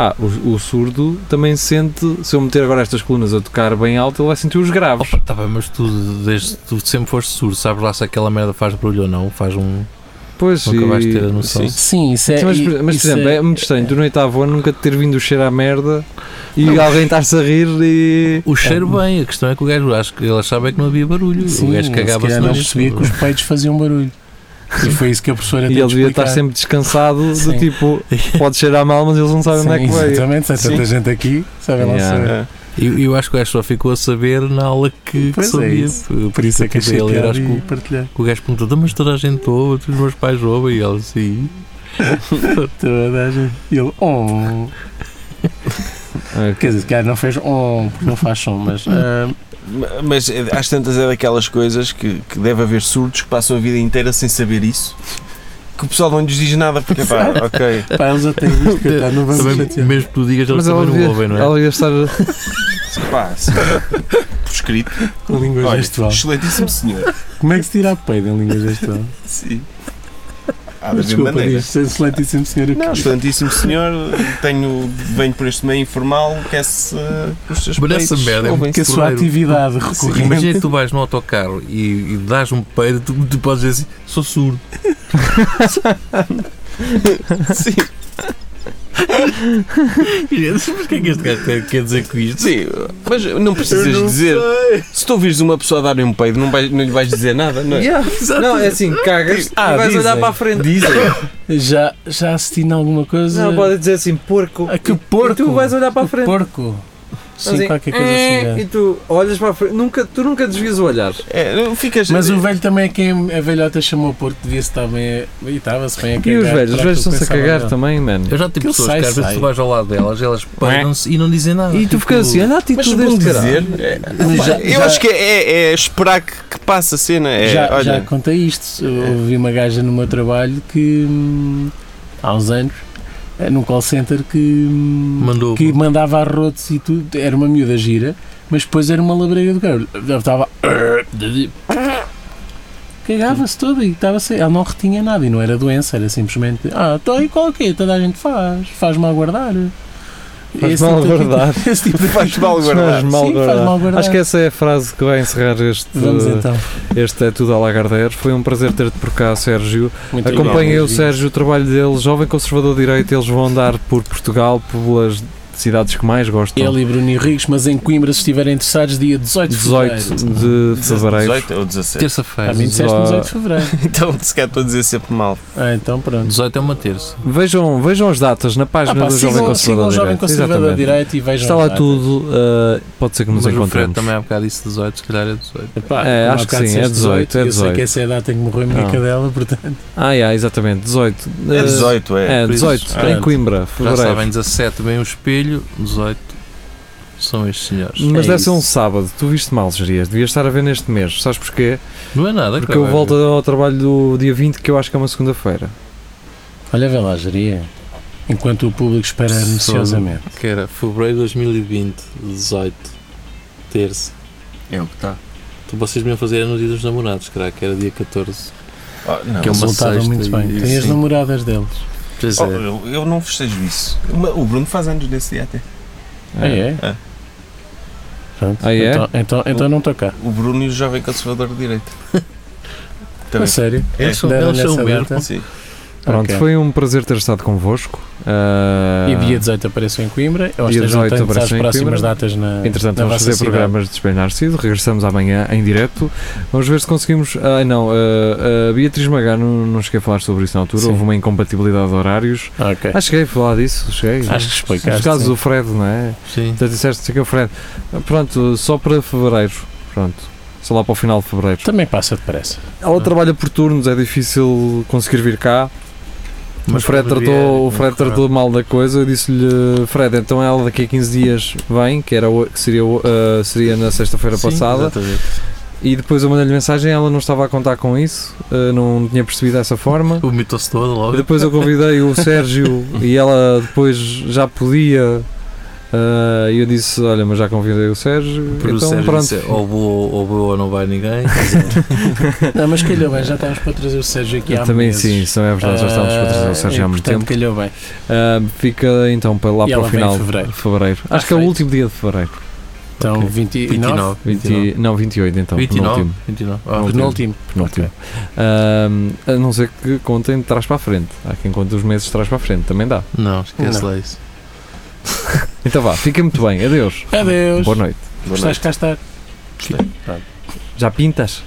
Speaker 3: Ah, o, o surdo também sente. Se eu meter agora estas colunas a tocar bem alto, ele vai sentir os graves.
Speaker 6: Opa, tá bem, mas tu, desde, tu sempre foste surdo, sabes lá se aquela merda faz barulho ou não? Faz um.
Speaker 3: Pois
Speaker 6: Nunca vais
Speaker 3: e-
Speaker 6: ter a noção.
Speaker 5: sim.
Speaker 4: Sim, isso é.
Speaker 3: Sim, mas,
Speaker 4: e-
Speaker 3: por- mas, por
Speaker 4: isso
Speaker 3: exemplo, é, muito estranho do noitavo ano nunca ter vindo o cheiro à merda e alguém estar-se a rir e.
Speaker 6: O cheiro bem, a questão é que o gajo, acho que ele achava é que não havia
Speaker 3: um
Speaker 6: barulho.
Speaker 4: Sim,
Speaker 6: o gajo
Speaker 4: se
Speaker 6: cagava-se
Speaker 4: calhar
Speaker 6: no
Speaker 4: não
Speaker 6: nariz.
Speaker 4: percebia que os peitos faziam barulho. E foi isso que a professora
Speaker 3: E
Speaker 4: teve
Speaker 3: ele
Speaker 4: de
Speaker 3: devia estar
Speaker 4: explicar.
Speaker 3: sempre descansado,
Speaker 4: Sim.
Speaker 3: de tipo, pode cheirar mal, mas eles não sabem
Speaker 4: Sim,
Speaker 3: onde é que veio.
Speaker 4: Exatamente, se há tanta gente aqui, sabe lá
Speaker 3: Yeah.
Speaker 4: saber.
Speaker 6: E eu, eu acho que o gajo só ficou a saber na aula que, que
Speaker 4: Pois é
Speaker 6: sabia.
Speaker 4: isso.
Speaker 6: Por,
Speaker 4: Por isso é que
Speaker 6: porque
Speaker 4: achei
Speaker 6: ele era,
Speaker 4: piada
Speaker 6: acho que
Speaker 4: e
Speaker 6: o-
Speaker 4: partilhar.
Speaker 6: o gajo perguntou: "Então, mas toda a gente ouve, os meus pais ouvem, e ele sim.
Speaker 4: Toda a gente. E ele, oh.
Speaker 3: Ah,
Speaker 4: Quer dizer, se calhar não fez oh, porque não faz som, mas. ah,
Speaker 5: Ma- Mas eh, às tantas é daquelas coisas que, que deve haver surdos que passam a vida inteira sem saber isso. Que o pessoal não lhes diz nada, porque pá, ok.
Speaker 4: pá, eles até isto, coitado, não vamos
Speaker 6: Também,
Speaker 4: chatear.
Speaker 6: mesmo que tu digas, eles
Speaker 3: Mas ela
Speaker 6: também
Speaker 3: devia,
Speaker 6: não ouvem, não é?
Speaker 3: ela devia estar.
Speaker 5: Pá, se- por escrito.
Speaker 4: Com língua
Speaker 5: Olha,
Speaker 4: gestual.
Speaker 5: excelentíssimo senhor.
Speaker 4: Como é que se tira a peido em língua gestual?
Speaker 5: Sim. Há de haver
Speaker 4: Desculpa,
Speaker 5: maneiras.
Speaker 4: diz, excelentíssimo senhor. o quê?
Speaker 5: Não, excelentíssimo senhor, tenho, venho por este meio informal, quer-se eh, que os seus
Speaker 6: Mas
Speaker 5: peitos
Speaker 6: essa merda é
Speaker 5: ouvem-se.
Speaker 4: que a sua
Speaker 6: porreiro.
Speaker 4: atividade
Speaker 6: Sim,
Speaker 4: recorrente.
Speaker 6: Imagina que tu vais no autocarro e, e dás um peido, tu, tu podes dizer assim: sou surdo.
Speaker 5: Sim,
Speaker 6: E, Mas o que é que este gajo quer- quer dizer com isto?
Speaker 5: sim, mas não precisas dizer. Se tu ouvires uma pessoa dar-lhe um peido, não, vais- não lhe vais dizer nada, não é?
Speaker 3: Não, é assim, cagas
Speaker 4: Ah,
Speaker 3: e vais
Speaker 4: dizem.
Speaker 3: olhar para a frente. Dizem.
Speaker 4: Já, já assisti em alguma coisa.
Speaker 3: Não, pode dizer assim, porco.
Speaker 4: Ah, que
Speaker 3: E-
Speaker 4: porco.
Speaker 3: E tu vais olhar para a frente.
Speaker 4: Porco. Sim,
Speaker 3: Assim,
Speaker 4: qualquer coisa
Speaker 3: "Eh",
Speaker 4: assim.
Speaker 3: E tu olhas para a frente. Nunca, tu nunca desvias o olhar.
Speaker 5: É, não ficas.
Speaker 4: já. Mas
Speaker 3: eh,
Speaker 4: o velho também é quem a velhota chamou porco, devia-se estar bem. a- E estava-se bem a cagar.
Speaker 3: E os velhos? Os
Speaker 4: para
Speaker 3: velhos
Speaker 4: aquilo
Speaker 3: estão-se a
Speaker 4: que pensava
Speaker 3: cagar
Speaker 4: dele.
Speaker 3: também, mano.
Speaker 6: Eu já tive
Speaker 4: Aquilo
Speaker 6: pessoas
Speaker 4: sai,
Speaker 6: que às vezes
Speaker 4: sai.
Speaker 6: tu vais ao lado delas, elas param-se e não dizem nada. Tipo,
Speaker 3: E tu ficas assim, olha a
Speaker 5: Mas
Speaker 3: atitude
Speaker 5: vão
Speaker 3: deste cara.
Speaker 5: dizer. é, pá,
Speaker 4: já-
Speaker 5: eu
Speaker 4: já-
Speaker 5: acho que é, é esperar que, que passe a cena. É,
Speaker 4: já,
Speaker 5: olha,
Speaker 4: já contei isto.
Speaker 3: é.
Speaker 4: Eu ouvi uma gaja no meu trabalho que hum, há uns anos, eh, num call center, que, hum,
Speaker 6: Mandou.
Speaker 4: que mandava arrotos e tudo. Era uma miúda gira, mas depois era uma labrega do caralho. Ela Estava. Cagava-se toda e estava sem- Ele não retinha nada e não era doença, era simplesmente. Ah, estou aí qual que Toda a gente faz. Faz-me aguardar.
Speaker 3: Faz mal guardar.
Speaker 4: Esse tipo de
Speaker 5: Faz mal guardar.
Speaker 3: Faz mal
Speaker 4: Sim, faz
Speaker 3: guardar.
Speaker 4: mal guardar.
Speaker 3: Acho que essa é a frase que vai encerrar este,
Speaker 4: Vamos então.
Speaker 3: este É Tudo a Lagardeiro. Foi um prazer ter-te por cá, Sérgio.
Speaker 4: Muito
Speaker 3: Acompanhei
Speaker 4: obrigado.
Speaker 3: o Sérgio, o trabalho dele, jovem conservador de direito. Eles vão andar por Portugal, pelas cidades que mais gostam.
Speaker 4: Ele e Bruno Henriques, mas em Coimbra, se estiverem interessados, dia 18 de fevereiro. então. Ah,
Speaker 3: 18 de fevereiro.
Speaker 5: 18 ou 17?
Speaker 3: Ah,
Speaker 4: A
Speaker 6: Terça-feira.
Speaker 4: mim disseste
Speaker 3: Dezo-
Speaker 4: 18 de fevereiro.
Speaker 5: Então, se calhar estou a dizer sempre mal.
Speaker 4: Ah, então pronto.
Speaker 6: 18 é uma terça.
Speaker 3: Vejam, vejam as datas na
Speaker 4: Ah,
Speaker 3: página
Speaker 4: pá,
Speaker 3: do Jovem
Speaker 4: sigam, sigam
Speaker 3: Conservador
Speaker 4: o
Speaker 3: de
Speaker 4: Jovem
Speaker 3: Direito.
Speaker 4: Conservador
Speaker 3: Exatamente.
Speaker 4: de Direito e vejam.
Speaker 3: Está lá
Speaker 4: as datas.
Speaker 3: tudo, uh, pode ser que nos
Speaker 6: Mas o Fred
Speaker 3: encontremos.
Speaker 6: também há bocado disse 18, se calhar é 18.
Speaker 4: Epá,
Speaker 3: É,
Speaker 4: como há
Speaker 3: acho que
Speaker 4: bocado
Speaker 3: sim, é
Speaker 4: disseste
Speaker 3: 18, é
Speaker 4: Eu sei
Speaker 3: 18.
Speaker 4: que essa é a data em que morreu a minha
Speaker 3: Não.
Speaker 4: cadela, portanto.
Speaker 3: Ah, yeah, exatamente, 18.
Speaker 5: É
Speaker 3: Uh,
Speaker 5: 18, é.
Speaker 3: É,
Speaker 6: por isso.
Speaker 3: 18,
Speaker 4: Ah,
Speaker 3: em Coimbra,
Speaker 6: Já
Speaker 3: fevereiro.
Speaker 6: sabem, 17 vem o espelho, 18 são estes senhores.
Speaker 3: Mas
Speaker 4: É
Speaker 3: deve ser
Speaker 4: isso.
Speaker 3: um sábado, tu viste mal, Gerias, devias estar a ver neste mês, sabes porquê?
Speaker 6: Não é nada,
Speaker 3: Porque
Speaker 6: cara.
Speaker 3: eu volto ao trabalho do dia 20, que eu acho que é uma segunda-feira.
Speaker 4: Olha, vê lá, geria. Enquanto o público espera
Speaker 6: Sou-
Speaker 4: ansiosamente.
Speaker 6: Que era fevereiro de 2020, 18, terça.
Speaker 5: É o que está.
Speaker 6: Então vocês me iam fazer no dia dos namorados, caraca, que era dia 14.
Speaker 5: Ah, não.
Speaker 6: Que é uma
Speaker 4: Resultaram
Speaker 6: sexta
Speaker 4: muito bem.
Speaker 6: e-
Speaker 4: Tem as
Speaker 6: sim.
Speaker 4: namoradas deles.
Speaker 6: Pois
Speaker 5: Oh,
Speaker 6: é.
Speaker 5: eu, eu não festejo isso. Uma- O Bruno faz anos nesse dia até.
Speaker 4: Ah, é?
Speaker 5: É.
Speaker 4: Pronto.
Speaker 3: Ah, é?
Speaker 4: Então, então, então não estou cá.
Speaker 5: O Bruno e o jovem conservador de direito.
Speaker 4: A
Speaker 5: Também.
Speaker 4: sério.
Speaker 5: É,
Speaker 6: Eles são,
Speaker 4: Deram
Speaker 6: eles são
Speaker 4: nessa
Speaker 6: mesmo.
Speaker 4: data?
Speaker 5: sim.
Speaker 3: Pronto,
Speaker 4: Ok.
Speaker 3: foi um prazer ter estado convosco. Uh,
Speaker 4: E dia 18 apareceu em Coimbra.
Speaker 3: Dia
Speaker 4: Eu acho que já
Speaker 3: 18
Speaker 4: tenho as
Speaker 3: apareceu em
Speaker 4: próximas
Speaker 3: Coimbra.
Speaker 4: datas na.
Speaker 3: Entretanto,
Speaker 4: na
Speaker 3: vamos
Speaker 4: vossa
Speaker 3: fazer
Speaker 4: cidade.
Speaker 3: programas de Espelho Narciso. Regressamos amanhã em direto. Vamos ver se conseguimos. Ah, não, ah, ah, Beatriz Magano, não cheguei a falar sobre isso na altura.
Speaker 4: Sim.
Speaker 3: Houve uma incompatibilidade de horários.
Speaker 4: Ah, ok.
Speaker 3: Ah, cheguei a falar disso. Cheguei.
Speaker 4: Acho que explicaste.
Speaker 3: Nos casos
Speaker 4: sim.
Speaker 3: Ah, do Fred, não é?
Speaker 6: Sim.
Speaker 3: Então disseste sei que é o Fred. Ah, Pronto, só para fevereiro. Pronto. Só lá para o final de fevereiro.
Speaker 4: Também passa depressa.
Speaker 3: Ela trabalha por turnos, é difícil conseguir vir cá. Mas o Fred,
Speaker 6: quando
Speaker 3: tratou, o
Speaker 6: vier, é
Speaker 3: Fred tratou mal da coisa. Eu disse-lhe, Fred, então ela daqui a 15 dias vem, que, era, o- que seria, o- ah, seria na sexta-feira
Speaker 6: Sim,
Speaker 3: passada.
Speaker 6: exatamente.
Speaker 3: E depois eu mandei-lhe mensagem, ela não estava a contar com isso, eh, não tinha percebido dessa forma.
Speaker 6: Vomitou-se todo
Speaker 3: E
Speaker 6: logo.
Speaker 3: depois eu convidei o Sérgio e ela depois já podia. eh, E eu disse: Olha, mas já convidei o Sérgio.
Speaker 6: Por o
Speaker 3: então
Speaker 6: Sérgio
Speaker 3: pronto.
Speaker 6: disse,
Speaker 4: "Oh,
Speaker 6: ou vou ou vou ou não vai ninguém.
Speaker 4: Não, mas calhou bem, já estávamos para trazer o Sérgio aqui há
Speaker 3: também
Speaker 4: meses.
Speaker 3: sim, isso não é verdade, já estávamos para trazer o
Speaker 4: Ah,
Speaker 3: Sérgio
Speaker 4: e,
Speaker 3: há muito
Speaker 4: portanto,
Speaker 3: tempo.
Speaker 4: calhou bem.
Speaker 3: Ah, fica então para lá
Speaker 4: E
Speaker 3: para
Speaker 4: ela
Speaker 3: o
Speaker 4: vem
Speaker 3: final
Speaker 4: em fevereiro. Ah,
Speaker 3: de fevereiro. Acho que é o
Speaker 4: Perfeito.
Speaker 3: último dia de fevereiro.
Speaker 4: Então,
Speaker 6: Ok.
Speaker 4: 29.
Speaker 6: 29. 29.
Speaker 3: 20, não, 28 então.
Speaker 6: 29.
Speaker 3: penúltimo,
Speaker 6: 29.
Speaker 4: Ah,
Speaker 6: Ah,
Speaker 4: Penúltimo.
Speaker 3: penúltimo. Ah, a não ser que contem de trás para a frente. Há quem conte os meses de trás para a frente, também dá.
Speaker 6: Não, esquece lá isso.
Speaker 3: Então vá, fica muito bem. Adeus.
Speaker 4: Adeus.
Speaker 3: Boa noite.
Speaker 5: Boa noite.
Speaker 4: Gostaste de cá estar?
Speaker 3: Já pintas?